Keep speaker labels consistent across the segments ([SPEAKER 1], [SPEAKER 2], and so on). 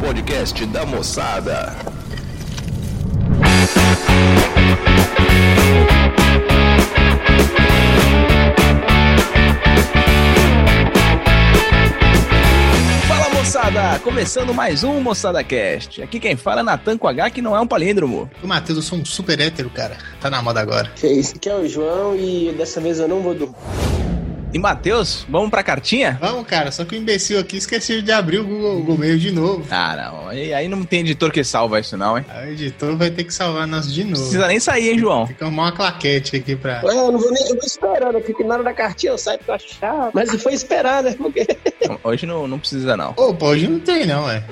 [SPEAKER 1] podcast da moçada. Fala moçada, começando mais um Moçada Cast. Aqui quem fala é Natan com H, que não é um palíndromo.
[SPEAKER 2] O Matheus, eu sou um super hétero, cara. Tá na moda agora.
[SPEAKER 3] Que é isso? Aqui é o João e dessa vez eu não vou dormir.
[SPEAKER 1] E Matheus, vamos pra cartinha?
[SPEAKER 2] Vamos, cara, só que o imbecil aqui esqueceu de abrir o Google, Google Mail de novo.
[SPEAKER 1] Ah, não. Aí aí não tem editor que salva isso, não, hein?
[SPEAKER 2] Aí O editor vai ter que salvar nós de
[SPEAKER 1] Não
[SPEAKER 2] novo.
[SPEAKER 1] precisa nem sair, hein, João?
[SPEAKER 2] Tem que arrumar uma claquete aqui pra.
[SPEAKER 3] Ah, eu não vou nem. Eu tô esperando aqui, que na hora da cartinha eu saio porque eu acho chato. Mas foi esperar, né? Porque.
[SPEAKER 1] Hoje não, não precisa, não.
[SPEAKER 2] Ô, pô, hoje não tem, não, é.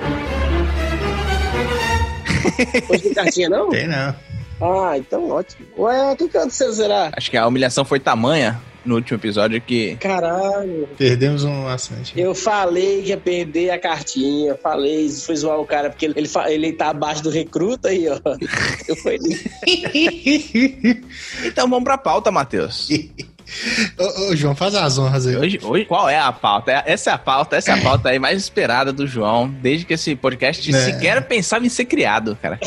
[SPEAKER 3] Hoje tem cartinha, não?
[SPEAKER 2] Tem não.
[SPEAKER 3] Ah, então ótimo. Ué, o que que aconteceu, será?
[SPEAKER 1] Acho que a humilhação foi tamanha no último episódio que.
[SPEAKER 3] Caralho,
[SPEAKER 2] Perdemos um assinante.
[SPEAKER 3] eu falei que ia perder a cartinha, falei, fui zoar o cara, porque ele, ele, fa- ele tá abaixo do recruta aí, ó. Eu fui.
[SPEAKER 1] Então vamos pra pauta, Matheus.
[SPEAKER 2] ô, ô, João, faz as honras aí.
[SPEAKER 1] Hoje, hoje, qual é a pauta? É- Essa é a pauta, essa é a pauta aí mais esperada do João, desde que esse podcast
[SPEAKER 2] Né.
[SPEAKER 1] sequer pensava em ser criado, cara.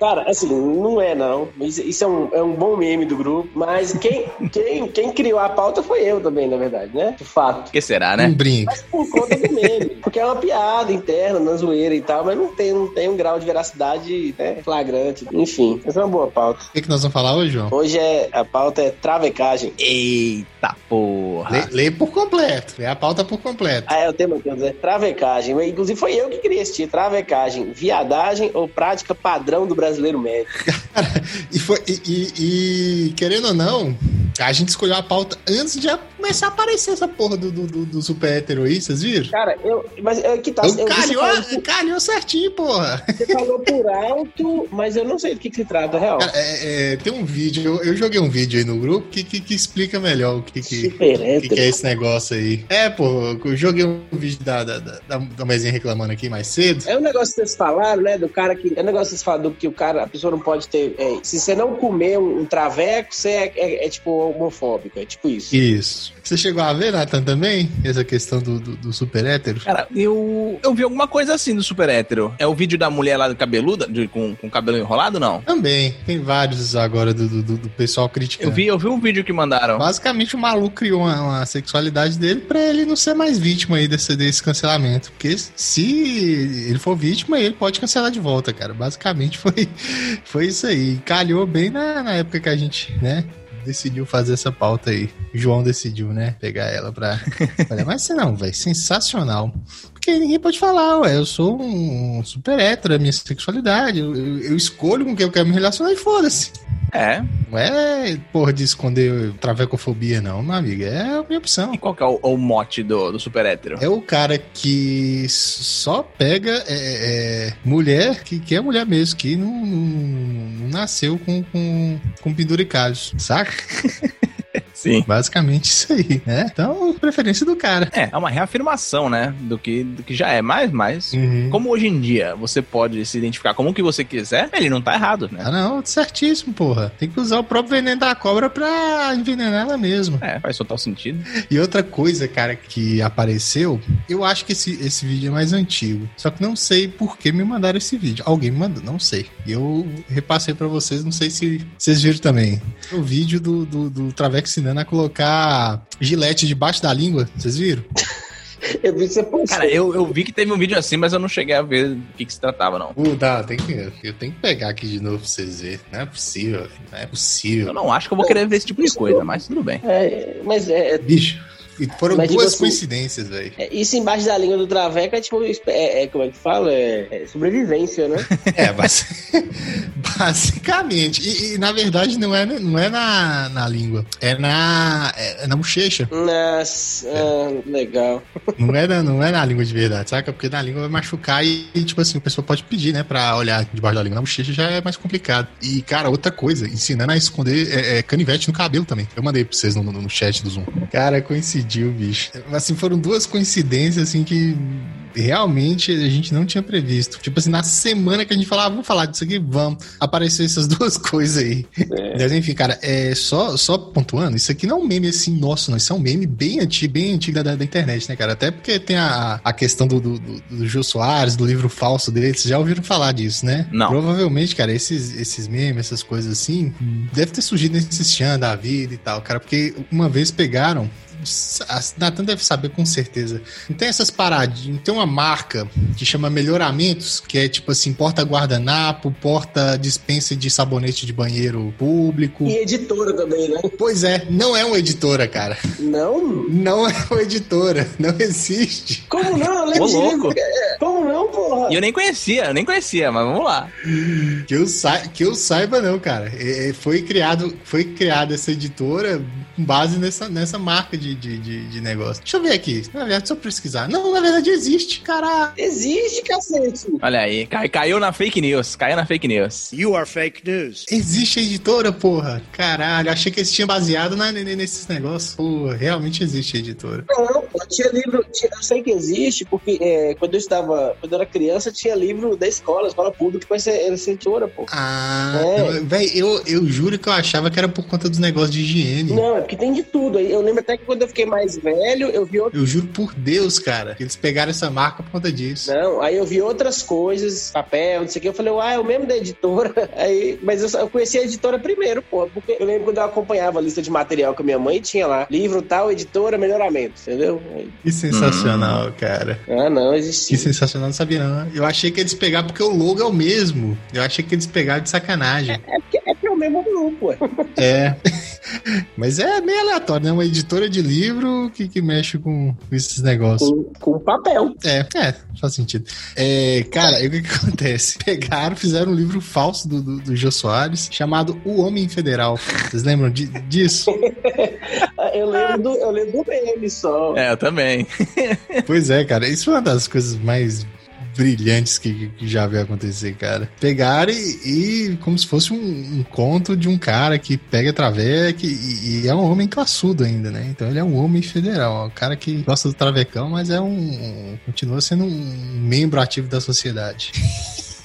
[SPEAKER 3] Cara, assim, não é não. Isso, isso é, um, é um bom meme do grupo, mas quem, quem, quem criou a pauta foi eu também, na verdade, né? De fato.
[SPEAKER 1] Que será,
[SPEAKER 2] Não
[SPEAKER 1] né?
[SPEAKER 2] brinca.
[SPEAKER 3] Mas por conta do meme. Porque é uma piada interna, na zoeira e tal, mas não tem, não tem um grau de veracidade né, flagrante. Enfim, essa é uma boa pauta.
[SPEAKER 2] O que, que nós vamos falar hoje, João?
[SPEAKER 3] Hoje é, a pauta é travecagem.
[SPEAKER 1] Eita porra!
[SPEAKER 2] Lê, lê por completo. Lê a pauta por completo.
[SPEAKER 3] Ah, é o tema que eu ia dizer. Travecagem. Inclusive foi eu que criei esse título. Travecagem, viadagem ou prática padrão do brasileiro médio?
[SPEAKER 2] E, foi, e, e- e, querendo ou não, a gente escolheu a pauta antes de a- começar a aparecer essa porra do, do, do- do super hétero aí, vocês viram?
[SPEAKER 3] Cara, eu... Mas é que tá...
[SPEAKER 2] Eu
[SPEAKER 3] eu- você,
[SPEAKER 2] calhou,
[SPEAKER 3] falou,
[SPEAKER 2] calhou certinho, porra.
[SPEAKER 3] você falou por alto, mas eu não sei do que, que se trata, real.
[SPEAKER 2] Cara, é, é, tem um vídeo, eu, eu joguei um vídeo aí no grupo que, que, que explica melhor o que, que,
[SPEAKER 3] Super
[SPEAKER 2] o que que
[SPEAKER 3] hétero.
[SPEAKER 2] é esse negócio aí. É, pô, eu joguei um vídeo da, da, da, da- da mãezinha reclamando aqui mais cedo.
[SPEAKER 3] É um negócio que vocês falaram, né? Do cara que. É um negócio que vocês falaram do que o cara, a pessoa não pode ter. é, se você não comer um, um traveco, você é, é- é, tipo homofóbico. É tipo isso.
[SPEAKER 2] Isso. Você chegou a ver, Nathan, também? Essa questão do, do, do super hétero?
[SPEAKER 1] Cara, eu, eu vi alguma coisa assim do super hétero. É o vídeo da mulher lá do cabeluda, de- com, com o cabelo enrolado, não?
[SPEAKER 2] Também. Tem vários agora do, do, do- do pessoal criticando.
[SPEAKER 1] Eu vi, eu vi um vídeo que mandaram.
[SPEAKER 2] Basicamente, o maluco criou uma, uma sexualidade dele pra ele não ser mais vítima aí desse, desse cancelamento. Porque se ele for vítima, ele pode cancelar de volta, cara. Basicamente foi, foi isso aí. Calhou bem na, na época que a gente, né? Decidiu fazer essa pauta aí. O João decidiu, né? Pegar ela pra. Olha, mas você não, velho. Sensacional. Porque ninguém pode falar, ué. Eu sou um super hétero, é a minha sexualidade. Eu, eu- eu escolho com quem eu quero me relacionar e foda-se.
[SPEAKER 1] É.
[SPEAKER 2] Não é porra de esconder travecofobia, não, meu amigo. É a minha opção.
[SPEAKER 1] E qual que é o, o mote do, do super hétero?
[SPEAKER 2] É o cara que só pega é, é, mulher que, que é mulher mesmo, que não, não- não nasceu com, com, com penduricalhos, saca?
[SPEAKER 1] É, Sim.
[SPEAKER 2] Basicamente isso aí, né? Então, preferência do cara.
[SPEAKER 1] É, é uma reafirmação, né? Do que, do que já é, mas, mas.
[SPEAKER 2] Uhum.
[SPEAKER 1] Como hoje em dia você pode se identificar como que você quiser, ele não tá errado, né?
[SPEAKER 2] Ah, não, certíssimo, porra. Tem que usar o próprio veneno da cobra pra envenenar ela mesma.
[SPEAKER 1] É, faz total sentido.
[SPEAKER 2] E outra coisa, cara, que apareceu, eu acho que esse, esse vídeo é mais antigo. Só que não sei por que me mandaram esse vídeo. Alguém me mandou, não sei. E eu repassei pra vocês, não sei se vocês viram também. O vídeo do, do, do Traveco ensinando a colocar gilete debaixo da língua, vocês viram?
[SPEAKER 3] Eu vi que você postou.
[SPEAKER 1] Cara, eu, eu vi que teve um vídeo assim, mas eu não cheguei a ver do que, que se tratava, não.
[SPEAKER 2] Uh, dá, tem que, eu tenho que pegar aqui de novo pra vocês verem. Não é possível, velho. não é
[SPEAKER 1] Eu
[SPEAKER 2] possível.
[SPEAKER 1] não acho que eu vou querer ver esse tipo de coisa, mas tudo bem.
[SPEAKER 3] É, mas é,
[SPEAKER 2] Bicho, e foram
[SPEAKER 3] Mas, tipo
[SPEAKER 2] duas
[SPEAKER 3] assim,
[SPEAKER 2] coincidências, velho.
[SPEAKER 3] é- Isso embaixo da língua do traveco é tipo. É, é- como é que fala? É, é sobrevivência, né?
[SPEAKER 2] É, bas- basicamente. E, e, na verdade não é, não é na, na língua, é na, é na bochecha.
[SPEAKER 3] Nossa, ah, legal.
[SPEAKER 2] Não é na, não é na língua de verdade, saca? Porque na língua vai machucar e, e, tipo assim, o pessoal pode pedir, né, pra olhar debaixo da língua. Na bochecha já é mais complicado. E, cara, outra coisa, ensinando a esconder é, é, canivete no cabelo também. Eu mandei pra vocês no, no, no chat do Zoom. Cara, coincidiu, bicho. Assim, foram duas coincidências, assim, que realmente a gente não tinha previsto. Tipo assim, na semana que a gente falava, ah, vou falar disso aqui, vamos. Apareceu essas duas coisas aí. É. Mas enfim, cara, é só, só pontuando, isso aqui não é um meme assim, nosso, não. Isso é um meme bem antigo, bem antigo da, da internet, né, cara? Até porque tem a, a questão do, do, do, do Jô Soares, do livro falso dele. Vocês já ouviram falar disso, né?
[SPEAKER 1] Não.
[SPEAKER 2] Provavelmente, cara, esses, esses memes, essas coisas assim, deve ter surgido nesse Xan da vida e tal, cara. Porque uma vez pegaram a Natan deve saber com certeza. Tem essas paradinhas, tem uma marca que chama Melhoramentos, que é tipo assim, porta guardanapo, porta dispensa de sabonete de banheiro
[SPEAKER 1] Hum.
[SPEAKER 2] público.
[SPEAKER 3] E editora também, né?
[SPEAKER 2] Pois é, não é uma editora, cara.
[SPEAKER 3] Não?
[SPEAKER 2] Não é uma editora, não existe.
[SPEAKER 3] Como não? Eu louco. É, Como não, porra?
[SPEAKER 1] E eu nem conhecia, eu nem conhecia, mas vamos lá.
[SPEAKER 2] Que eu, sa que eu saiba não, cara. É, foi criado, foi criada essa editora com base nessa, nessa marca de de, de, de, negócio. Deixa eu ver aqui. Na verdade, só pesquisar. Não, na verdade existe, cara.
[SPEAKER 3] Existe, cacete.
[SPEAKER 1] Olha aí, cai, caiu na fake news. Caiu na fake news.
[SPEAKER 4] You are fake news.
[SPEAKER 2] Existe a editora, porra. Caralho, achei que eles tinham baseado na, nesses negócios. Porra, realmente existe a editora.
[SPEAKER 3] Não, eu tinha livro. Tinha, eu sei que existe, porque é, quando eu estava. Quando eu era criança, tinha livro da escola, escola pública, mas era essa editora, pô.
[SPEAKER 2] Ah, é. velho, eu, eu juro que eu achava que era por conta dos negócios de higiene.
[SPEAKER 3] Não, é porque tem de tudo. Eu lembro até que quando eu fiquei mais velho, eu vi outro...
[SPEAKER 2] Eu juro por Deus, cara, que eles pegaram essa marca por conta disso.
[SPEAKER 3] Não, aí eu vi outras coisas, papel, não sei o que. Eu falei, ah, é o mesmo da editora. Aí, mas eu, eu conheci a editora primeiro, pô. Porque eu lembro quando eu acompanhava a lista de material com a minha mãe, tinha lá livro tal, editora, melhoramento, entendeu?
[SPEAKER 2] Que sensacional, hum. cara.
[SPEAKER 3] Ah, não, existia.
[SPEAKER 2] Que sensacional, não sabia, não. Eu achei que eles pegaram porque o logo é o mesmo. Eu achei que eles pegaram de sacanagem.
[SPEAKER 3] É, é porque é, porque é o mesmo grupo,
[SPEAKER 2] É. Mas é meio aleatório, né? Uma editora de livro que, que mexe com esses negócios.
[SPEAKER 3] Com, com papel.
[SPEAKER 2] É, é, faz sentido. É, cara, o que, que, acontece? Pegaram, fizeram um livro falso do, do, do Jô Soares, chamado O Homem Federal. Vocês lembram de, disso?
[SPEAKER 3] eu, lembro do, eu lembro do meme só.
[SPEAKER 1] É, eu também.
[SPEAKER 2] pois é, cara. Isso é uma das coisas mais brilhantes que, que, já veio acontecer, cara. Pegaram e, e como se fosse um, um, conto de um cara que pega traveca e, e, é um homem classudo ainda, né? Então ele é um homem federal, um cara que gosta do travecão, mas é um, um continua sendo um membro ativo da sociedade.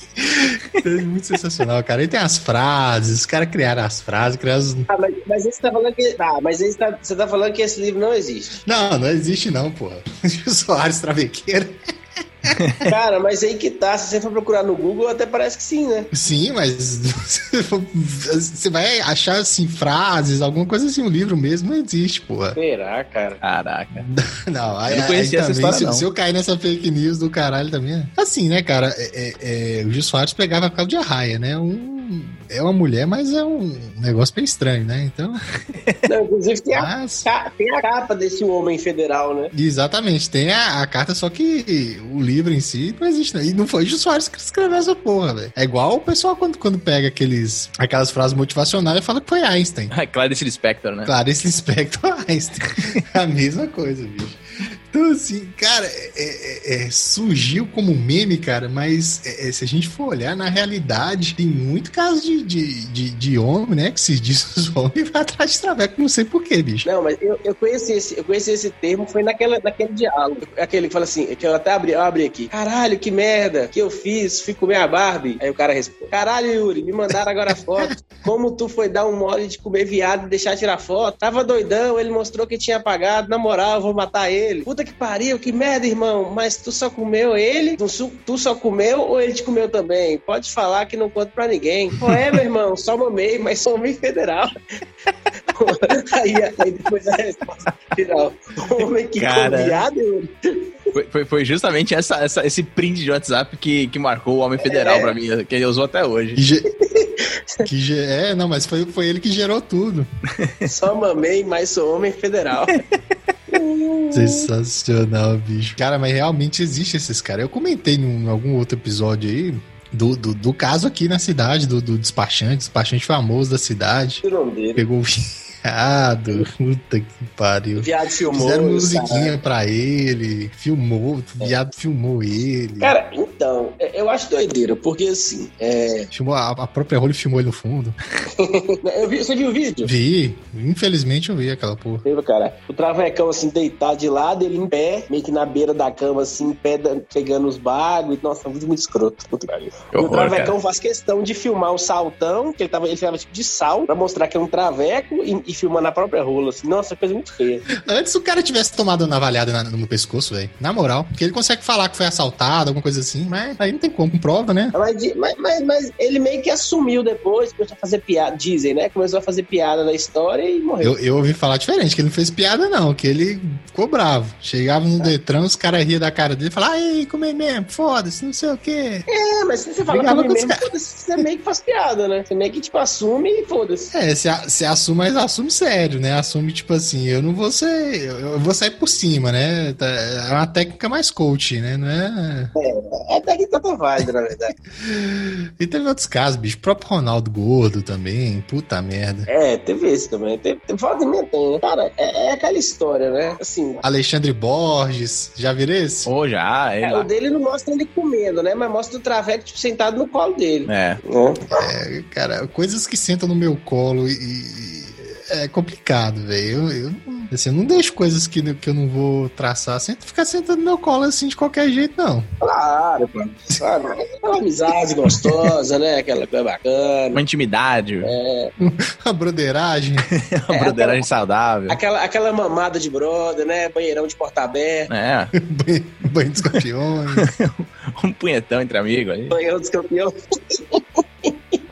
[SPEAKER 2] É muito sensacional, cara. E tem as frases, os caras criaram as frases, criaram as...
[SPEAKER 3] Ah, mas, mas você tá falando que. Ah, mas você tá, você tá falando que esse livro não existe.
[SPEAKER 2] Não, não existe, não, porra. Soares Travequeiro.
[SPEAKER 3] Cara, mas aí que tá. Se você for procurar no Google, até parece que sim, né?
[SPEAKER 2] Sim, mas você vai achar, assim, frases, alguma coisa assim. O um livro mesmo não existe, porra.
[SPEAKER 3] Será, cara?
[SPEAKER 1] Caraca.
[SPEAKER 2] Não, aí, eu não conhecia essa história, se, não. se eu cair nessa fake news do caralho também. Assim, né, cara? É, é, o Gil Soares pegava por causa de arraia, né? Um, é uma mulher, mas é um negócio bem estranho, né? Então.
[SPEAKER 3] Não, inclusive tem, mas... a, tem a capa desse homem federal, né?
[SPEAKER 2] Exatamente, tem a, a carta, só que o livro livro em si não existe. Não. E não foi o Gil Soares que escreveu essa porra, velho. É igual o pessoal quando, quando pega aqueles, aquelas frases motivacionais e fala que foi Einstein.
[SPEAKER 1] Ah, Clarice Lispector, né?
[SPEAKER 2] Clarice Lispector, Einstein. É a mesma coisa, bicho. Então, assim, cara, é, é, surgiu como meme, cara, mas é, se a gente for olhar na realidade, tem muito caso de, de, de, de homem, né, que se diz os homens vai atrás de traveco, não sei porquê, bicho.
[SPEAKER 3] Não, mas eu, eu, conheci, esse, eu conheci esse termo, foi naquela, naquele diálogo, aquele que fala assim, que eu até abri, eu abri aqui, caralho, que merda, que eu fiz, fui comer a Barbie. Aí o cara responde, caralho, Yuri, me mandaram agora foto, como tu foi dar um mole de comer viado e deixar tirar foto? Tava doidão, ele mostrou que tinha apagado, na moral, eu vou matar ele. Puta que pariu, que merda, irmão. Mas tu só comeu ele, tu, só comeu ou ele te comeu também? Pode falar que não conto pra ninguém. Pô, é, meu irmão, só mamei, mas sou homem federal. aí, aí, depois a resposta final. Homem que Cara... conviado.
[SPEAKER 1] Foi, foi, foi, justamente essa, essa, esse print de WhatsApp que, que marcou o Homem Federal é. pra mim, que ele usou até hoje.
[SPEAKER 2] Ge... que ge... É, não, mas foi, foi ele que gerou tudo.
[SPEAKER 3] Só mamei, mas sou homem federal.
[SPEAKER 2] Sensacional, bicho. Cara, mas realmente existe esses caras. Eu comentei em algum outro episódio aí do, do, do, caso aqui na cidade, do, do despachante, despachante famoso da cidade. Pegou o viado. Puta que pariu. O
[SPEAKER 3] viado filmou.
[SPEAKER 2] Fizeram musiquinha cara. pra ele, filmou, o viado é. filmou ele.
[SPEAKER 3] Cara, Então, é- eu acho doideira, porque assim, é,
[SPEAKER 2] Filmou, a, a própria Rolly filmou ele no fundo.
[SPEAKER 3] eu vi, você viu o vídeo?
[SPEAKER 2] Vi, infelizmente eu vi aquela porra.
[SPEAKER 3] Viu, cara? O Travecão, assim, deitado de lado, ele em pé, meio que na beira da cama, assim, em pé, da- pegando os bagos. Nossa, um vídeo muito escroto. Puta que pariu.
[SPEAKER 1] Que
[SPEAKER 3] E o
[SPEAKER 1] horror, cara.
[SPEAKER 3] Um Travecão faz questão de filmar um saltão, que ele tava, ele tava tipo de sal, pra mostrar que é um traveco e, e filmando a própria rola, assim. Nossa, coisa muito feia.
[SPEAKER 2] Antes o cara tivesse tomado uma navalhada na- no pescoço, velho. Na moral. Porque ele consegue falar que foi assaltado, alguma coisa assim, mas aí não tem como, com prova, né?
[SPEAKER 3] Mas, de- mas, mas, mas ele meio que assumiu depois, começou a fazer piada, dizem, né? Começou a fazer piada da história e morreu.
[SPEAKER 2] Eu, eu ouvi falar diferente, que ele não fez piada, não, que ele ficou bravo. Chegava no Detran, os caras riam da cara dele e falavam, ai, comer mesmo, foda-se, não sei o quê.
[SPEAKER 3] É, mas se você fala pra
[SPEAKER 2] Brigava
[SPEAKER 3] mim
[SPEAKER 2] com os
[SPEAKER 3] mesmo, foda-se, você meio que faz piada, né? Você meio que, tipo, assume e foda-se.
[SPEAKER 2] É, se, a- se assume, mas assume sério, né? Assume, tipo assim, eu não vou ser. Eu, eu vou sair por cima, né? Tá- É uma técnica mais coach, né? Não é.
[SPEAKER 3] É até que tanta válida, na verdade.
[SPEAKER 2] E teve outros casos, bicho. O próprio Ronaldo gordo também, puta merda.
[SPEAKER 3] É, teve esse também. Teve, teve, volta e meia tem, né? Cara, é, é aquela história, né? Assim,
[SPEAKER 2] Alexandre Borges, já virei esse?
[SPEAKER 1] Ô, já, ele
[SPEAKER 3] é, o
[SPEAKER 1] lá.
[SPEAKER 3] dele não mostra ele comendo, né? Mas mostra o Traveco, tipo, sentado no colo dele.
[SPEAKER 1] É.
[SPEAKER 3] Né?
[SPEAKER 2] É, cara, coisas que sentam no meu colo e. e é complicado, velho. Eu, eu, não- assim, eu não deixo coisas que, que eu não vou traçar. Senta, ficar sentando no meu colo assim de qualquer jeito, não.
[SPEAKER 3] Claro, pô. Claro, Aquela amizade gostosa, né? Aquela coisa bacana.
[SPEAKER 1] Uma
[SPEAKER 3] É.
[SPEAKER 1] intimidade,
[SPEAKER 2] A broderagem.
[SPEAKER 1] uma broderagem saudável.
[SPEAKER 3] Aquela, aquela mamada de brother, né? Banheirão de porta aberta,
[SPEAKER 1] É,
[SPEAKER 2] banho, banho dos campeões.
[SPEAKER 1] um punhetão entre amigos aí.
[SPEAKER 3] banheirão dos campeões.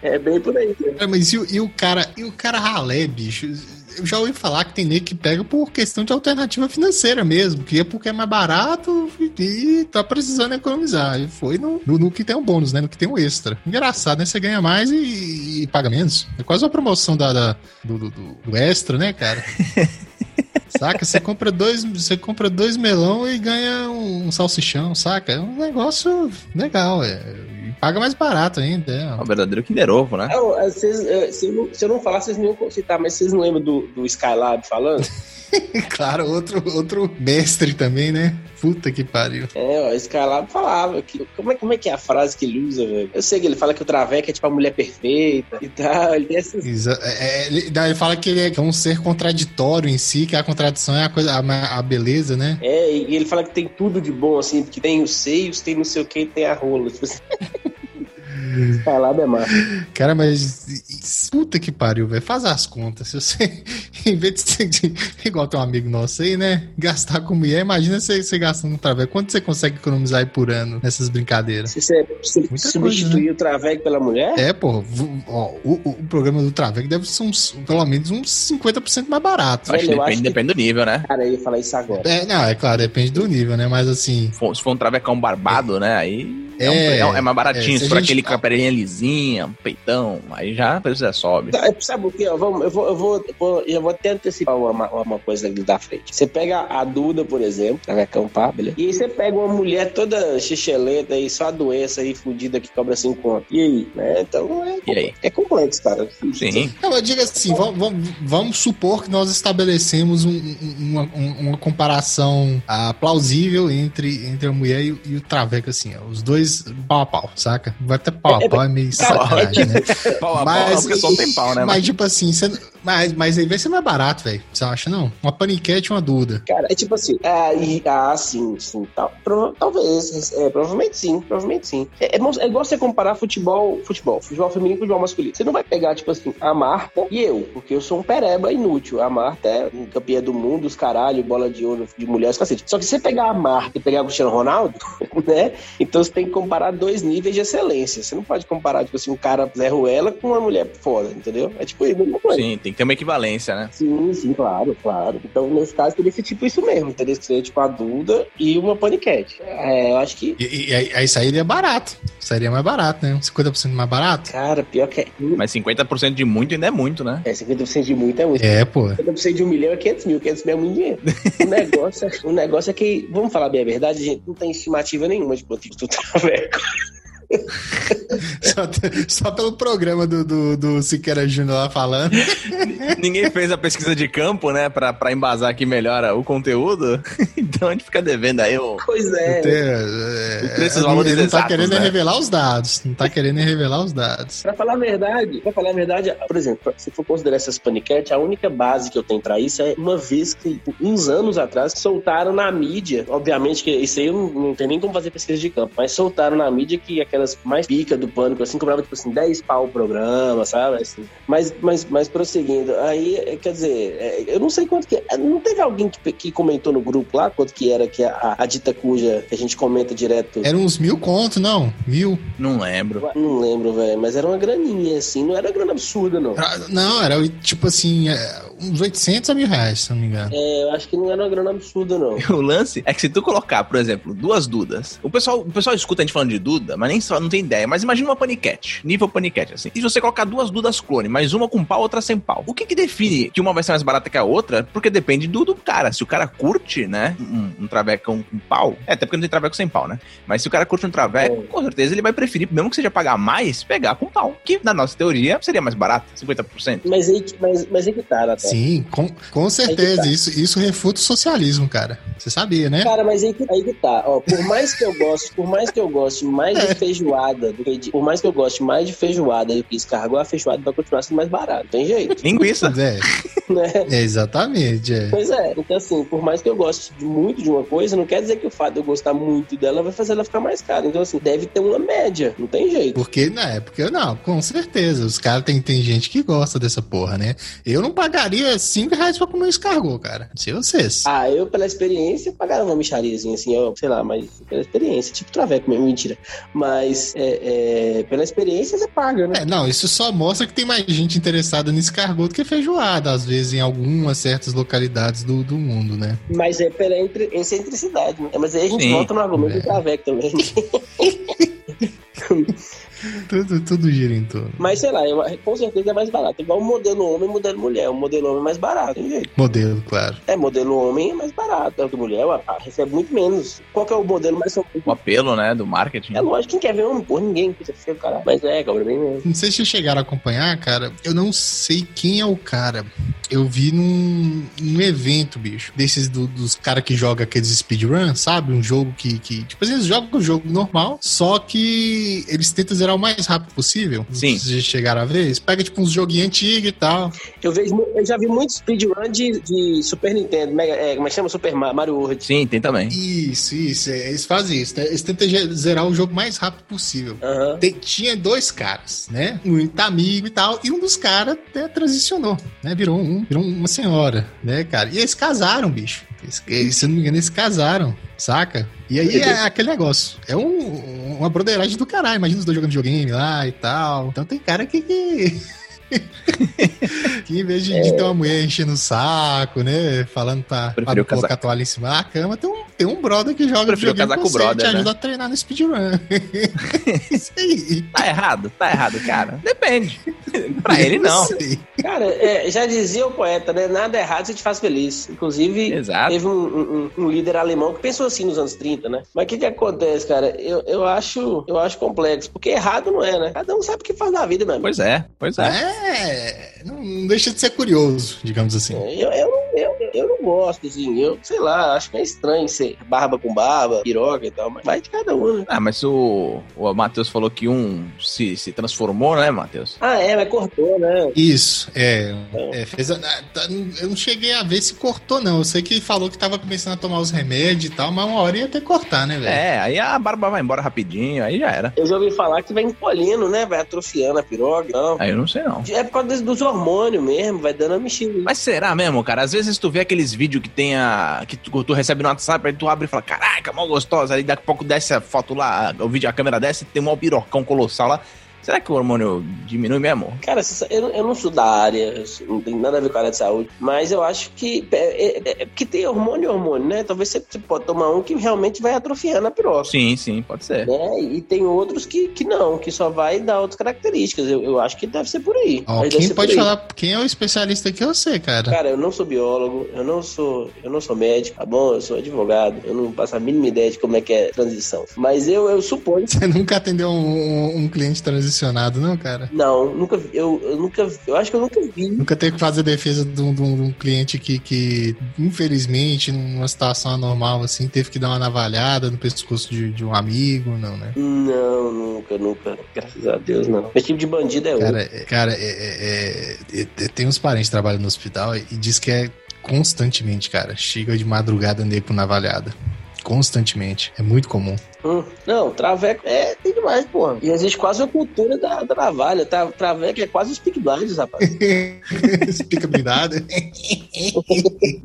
[SPEAKER 3] é bem por aí. né?
[SPEAKER 2] Cara, mas e, o- e o cara, e o cara ralé, bicho? Eu já ouvi falar que tem nego que pega por questão de alternativa financeira mesmo, que é porque é mais barato e e tá precisando economizar. E foi no, no, no que tem um bônus, né? No que tem um extra. Engraçado, né? Você ganha mais e, e paga menos. É quase uma promoção da, da- do, do- do- do extra, né, cara? Saca? Você compra dois, você compra dois melão e ganha um, salsichão, saca? É um negócio legal, é. E paga mais barato ainda, é.
[SPEAKER 1] É um verdadeiro Kinder Ovo, né?
[SPEAKER 3] Não, é, vocês, é, se, eu não, se eu não falar, vocês não iam citar, mas vocês não lembram do, do Skylab falando?
[SPEAKER 2] Claro, outro, outro mestre também, né? Puta que pariu.
[SPEAKER 3] É, ó, esse cara lá falava. Que, como, é, como é que é a frase que ele usa, velho? Eu sei que ele fala que o Traveca é tipo a mulher perfeita e tal. Ele tem essas.
[SPEAKER 2] Exa- é, é, ele, daí ele fala que ele é um ser contraditório em si, que a contradição é a, coisa, a, ma- a beleza, né?
[SPEAKER 3] É, e e ele fala que tem tudo de bom, assim, que tem os seios, tem não sei o que, tem a rola. Tipo assim. Skylab é massa.
[SPEAKER 2] Cara, mas. e- e- Puta que pariu, velho. Faz as contas. Se você. em vez de você. de- Igual tem um amigo nosso aí, né? Gastar com mulher, imagina você, você gastando um traveco. Quanto você consegue economizar aí por ano nessas brincadeiras?
[SPEAKER 3] Se você se
[SPEAKER 2] Muita
[SPEAKER 3] substituir o Traveca pela mulher,
[SPEAKER 2] É, pô, v- ó, o, o- o programa do Traveco deve ser uns, pelo menos uns 50% mais barato.
[SPEAKER 1] Acho que
[SPEAKER 3] Velho, eu
[SPEAKER 1] depende,
[SPEAKER 3] acho que-
[SPEAKER 1] depende do nível, né?
[SPEAKER 3] cara, eu ia falar isso agora.
[SPEAKER 2] É, não, é claro, depende do nível, né? Mas assim,
[SPEAKER 1] For- Se for um travecão barbado, né? Aí é, um-
[SPEAKER 2] É,
[SPEAKER 1] é um- é mais baratinho.
[SPEAKER 2] é,
[SPEAKER 1] se
[SPEAKER 2] se a
[SPEAKER 1] for
[SPEAKER 2] gente-
[SPEAKER 1] aquele com a perninha lisinha, um peitão, aí já a pessoa sobe.
[SPEAKER 3] Tá, é, Sabe o que? Eu vou, eu, vou, eu, vou, eu vou- eu vou até antecipar uma, uma coisa ali da frente. Você pega a Duda, por exemplo, que vai acampar, beleza? E aí você pega uma mulher toda xixelenta aí, só a doença aí, fudida que cobra 5 conto. E aí? Né? Então é,
[SPEAKER 1] E aí?
[SPEAKER 3] é complexo, cara.
[SPEAKER 1] Sim.
[SPEAKER 2] Não, eu digo assim, vamos, vamos- vamos supor que nós estabelecemos um- um- uma, um- uma comparação ah, plausível entre, entre a mulher e, o- e o traveco, assim, ó, os dois pau a pau, saca? Vai até pau a pau, é meio
[SPEAKER 3] Cara,
[SPEAKER 2] sacanagem, né?
[SPEAKER 1] É Pau a pau, não, porque só não tem pau, né?
[SPEAKER 2] Mas tipo assim, você, mas, mas aí vai ser mais barato, velho. Você não acha, não? Uma paniquete e uma duda.
[SPEAKER 3] Cara, é tipo assim, ah, e, ah sim, sim, tal, prova- talvez, é, provavelmente sim, provavelmente sim. É, é mo- é igual você comparar futebol, futebol, futebol feminino com futebol masculino. Você não vai pegar, tipo assim, a Marta e eu, porque eu sou um pereba inútil. A Marta é um campeã do mundo, os caralho, bola de ouro de mulheres, cacete. Só que se você pegar a Marta e pegar o Cristiano Ronaldo, né, então você tem que comparar dois níveis de excelência. Você não pode comparar, tipo assim, um cara Zé Ruela com uma mulher foda, entendeu? É tipo isso, não pode.
[SPEAKER 1] Sim, tem que ter uma equivalência, né?
[SPEAKER 3] Sim, sim, claro, claro. Então, nesse caso, teria que ser tipo isso mesmo. Teria que ser tipo a Duda e uma paniquete. É, eu acho que.
[SPEAKER 2] E, e- e aí, aí sairia barato. Sairia mais barato, né? Uns 50% mais barato?
[SPEAKER 3] Cara, pior que é.
[SPEAKER 1] Mas 50% de muito ainda é muito, né?
[SPEAKER 3] É, 50% de muito é muito.
[SPEAKER 2] É, pô.
[SPEAKER 3] 50% de um milhão é 500 mil. 500 mil é muito dinheiro. O negócio, tá é- o negócio é que, vamos falar bem a verdade, gente, não tem estimativa nenhuma de quanto custa o Traveco.
[SPEAKER 2] Só, te- só pelo programa do, do, do Siqueira Júnior lá falando.
[SPEAKER 1] Ninguém fez a pesquisa de campo, né? Pra, pra embasar aqui melhor o conteúdo. Então a gente fica devendo aí o.
[SPEAKER 3] Pois é.
[SPEAKER 2] Tem, é,
[SPEAKER 1] Os preços,
[SPEAKER 2] é,
[SPEAKER 1] valores
[SPEAKER 2] ele não tá
[SPEAKER 1] exatos,
[SPEAKER 2] querendo
[SPEAKER 1] né?
[SPEAKER 2] é revelar os dados. Não tá querendo é revelar os dados.
[SPEAKER 3] Pra falar a verdade, pra falar a verdade, por exemplo, se for considerar essas paniquete, a única base que eu tenho pra isso é uma vez que, tipo, uns anos atrás, soltaram na mídia, obviamente que isso aí eu não, não tem nem como fazer pesquisa de campo, mas soltaram na mídia que aquelas mais pica do pânico, assim, cobrava tipo assim, 10 pau o programa, sabe? Assim, mas, mas, mas prosseguindo, aí, é, quer dizer, é, eu não sei quanto que é, não teve alguém que, que comentou no grupo lá quanto que era que a, a, a dita cuja que a gente comenta direto
[SPEAKER 2] Eram uns mil conto, não? Mil?
[SPEAKER 1] Não lembro.
[SPEAKER 3] não lembro, velho, mas era uma graninha, assim, não era grana absurda, não.
[SPEAKER 2] Era- Ah, Não, era tipo assim, é, uns 800 a mil reais, se não me engano.
[SPEAKER 3] É, eu acho que não era uma grana absurda, não.
[SPEAKER 1] O lance é que se tu colocar, por exemplo, duas Dudas, o pessoal, o pessoal escuta a gente falando de Duda, mas nem só não tem ideia. Mas imagina uma paniquete, nível paniquete, assim. E se você colocar duas Dudas clone, mas uma com pau, outra sem pau. O que que define que uma vai ser mais barata que a outra? Porque depende do, do cara. Se o cara curte, né, um, um travecão com pau, é, até porque não tem traveco sem pau, né? Mas se o cara curte um traveco, com certeza ele vai preferir, mesmo que seja pagar mais, pegar com pau. Que, na nossa teoria, seria mais barato, 50%.
[SPEAKER 3] Mas é aí, que- mas, mas aí que tá, Natal.
[SPEAKER 2] Sim, com, com
[SPEAKER 3] tá.
[SPEAKER 2] certeza. Isso, isso refuta o socialismo, cara. Você sabia, né?
[SPEAKER 3] Cara, mas aí que, aí que tá. Ó, por mais que eu goste, por mais que eu goste mais de feijoada do que de, Por mais que eu goste mais de feijoada do que escargou, a feijoada vai continuar sendo mais barata. não Tem jeito,
[SPEAKER 1] Linguiça.
[SPEAKER 2] É,
[SPEAKER 3] né?
[SPEAKER 2] é, exatamente. É.
[SPEAKER 3] Pois é, então assim, por mais que eu goste de- muito de uma coisa, não quer dizer que o fato de eu gostar muito dela vai fazer ela ficar mais cara. Então, assim, deve ter uma média, não tem jeito.
[SPEAKER 2] Porque na época, não, com certeza. Os caras tem, tem gente que gosta dessa porra, né? Eu não pagaria 5 reais pra comer um escargot, cara. Não sei vocês.
[SPEAKER 3] Ah, eu, pela experiência, pagaram uma michariazinha, assim, eu, sei lá, mas pela experiência, tipo traveco mesmo, mentira. Mas, é, é, pela experiência, você paga, né?
[SPEAKER 2] É, não, isso só mostra que tem mais gente interessada nesse escargot do que feijoada, às vezes, em algumas certas localidades do, do mundo, né?
[SPEAKER 3] Mas é pela entre, excentricidade, né? Mas aí a gente
[SPEAKER 1] Sim.
[SPEAKER 3] volta no argumento
[SPEAKER 2] É.
[SPEAKER 3] do traveco também.
[SPEAKER 2] Tudo, tudo gira em torno.
[SPEAKER 3] Mas, sei lá, eu, com certeza é mais barato. Igual o modelo homem e modelo mulher. O modelo homem é mais barato, tem jeito.
[SPEAKER 2] Modelo, claro.
[SPEAKER 3] É, modelo homem é mais barato. O que mulher a- a- recebe muito menos. Qual que é o modelo mais...
[SPEAKER 1] O apelo, né, do marketing.
[SPEAKER 3] É lógico, quem quer ver homem? Por ninguém, que você fica, caralho. Mas é, cobra bem mesmo.
[SPEAKER 2] Não sei se vocês chegaram a acompanhar, cara. Eu não sei quem é o cara. Eu vi num, num evento, bicho. Desses do- dos caras que jogam aqueles speedrun, sabe? Um jogo que, que. Tipo, assim, eles jogam o jogo normal, só que eles tentam zerar o mais rápido possível.
[SPEAKER 1] Sim.
[SPEAKER 2] Se vocês chegaram a ver, eles pegam, tipo, uns joguinhos antigos e tal.
[SPEAKER 3] Eu, vejo, mu- eu já vi muito speedrun de, de Super Nintendo, Mega, é, mas chama Super Ma- Mario World.
[SPEAKER 1] Sim, tem também.
[SPEAKER 2] Isso, isso. é, Eles fazem isso. né? Eles tentam ge- zerar o jogo o mais rápido possível.
[SPEAKER 3] Aham.
[SPEAKER 2] Te- tinha dois caras, né? Muito amigo e tal. E um dos caras até transicionou, né? Virou, um, virou uma senhora, né, cara? E eles casaram, bicho. Eles- eles, se eu não me engano, eles casaram, saca? E aí é aquele negócio. É um- uma broderagem do caralho. Imagina os dois jogando videogame lá e tal. Então tem cara que. que... que em vez de, de ter uma mulher enchendo o saco, né? Falando pra, pra
[SPEAKER 1] Preferiu
[SPEAKER 2] colocar
[SPEAKER 1] casar.
[SPEAKER 2] a toalha em cima da cama, tem um, tem um brother que joga
[SPEAKER 1] Preferiu
[SPEAKER 2] videogame
[SPEAKER 1] casar com o
[SPEAKER 2] você,
[SPEAKER 1] brother,
[SPEAKER 2] te
[SPEAKER 1] né?
[SPEAKER 2] ajuda a treinar no speedrun. Isso aí.
[SPEAKER 1] Tá errado? Tá errado, cara. Depende. pra ele, não.
[SPEAKER 2] sei.
[SPEAKER 3] Cara, é, já dizia o poeta, né? Nada errado se te faz feliz. Inclusive,
[SPEAKER 1] Exato.
[SPEAKER 3] Teve um, um- um líder alemão que pensou assim nos anos 30, né? Mas o que que acontece, cara? Eu, eu, acho, eu acho complexo, porque errado não é, né? Cada um sabe o que faz na vida, meu amigo.
[SPEAKER 1] Pois é, pois é.
[SPEAKER 2] É, não, não deixa de ser curioso, digamos assim.
[SPEAKER 3] É, Eu, eu, não- eu, eu não gosto, assim, eu, sei lá, acho que é estranho ser barba com barba, piroca e tal, mas vai de cada um, né?
[SPEAKER 1] Ah, mas o, o Matheus falou que um se, se transformou, né, Matheus?
[SPEAKER 3] Ah, é, mas cortou, né?
[SPEAKER 2] Isso, é. é, fez a- a- tá- eu não cheguei a ver se cortou, não. Eu sei que falou que tava começando a tomar os remédios e tal, mas uma hora ia até cortar, né, velho?
[SPEAKER 1] É, aí a barba vai embora rapidinho, aí já era.
[SPEAKER 3] Eu já ouvi falar que vai encolhendo, né? Vai atrofiando a piroca, não.
[SPEAKER 1] Aí eu não sei não.
[SPEAKER 3] É por causa desse- dos hormônios mesmo, vai dando a mexida.
[SPEAKER 1] Mas será mesmo, cara? Às vezes tu vê aqueles vídeos que tem a. que tu, tu recebe no WhatsApp, aí tu abre e fala, caraca, mó gostosa, aí daqui a pouco desce a foto lá, o vídeo, a câmera desce, tem um pirocão colossal lá. Será que o hormônio diminui mesmo?
[SPEAKER 3] Cara, se- eu, não- eu não sou da área, eu sou- não tem nada a ver com a área de saúde, mas eu acho que é, é- é- que tem hormônio e hormônio, né? Talvez você, você pode tomar um que realmente vai atrofiando a piroca.
[SPEAKER 1] Sim, sim, pode ser.
[SPEAKER 3] Né? E tem outros que, que não, que só vai dar outras características. Eu, eu acho que deve ser por aí.
[SPEAKER 2] Ó,
[SPEAKER 3] Mas deve
[SPEAKER 2] quem
[SPEAKER 3] ser por
[SPEAKER 2] pode
[SPEAKER 3] aí.
[SPEAKER 2] falar, quem é o especialista aqui é você, cara.
[SPEAKER 3] Cara, eu não sou biólogo, eu não sou, eu não sou médico, tá bom? Eu sou advogado, eu não faço a mínima ideia de como é que é a transição. Mas eu, eu suponho.
[SPEAKER 2] Você nunca atendeu um, um cliente transicionado, não, cara?
[SPEAKER 3] Não, nunca vi- eu, eu nunca eu acho que eu nunca vi.
[SPEAKER 2] Nunca teve que fazer defesa de um, de um- de um cliente que, que, infelizmente, numa situação anormal assim, teve que dar uma navalhada no pescoço de, de um amigo, não, né?
[SPEAKER 3] Não, nunca, nunca. Graças a Deus, não. Esse tipo de bandido é outro.
[SPEAKER 2] Cara, é- cara é- é- é- é- tem uns parentes que trabalham no hospital e diz que é constantemente, cara. Chega de madrugada andei com navalhada. Constantemente. É muito comum.
[SPEAKER 3] Hum. Não, traveco é tem demais, porra. E existe quase a cultura da, da navalha. Tá, traveco é quase os pick blinds, rapaz.
[SPEAKER 2] Fica blindado.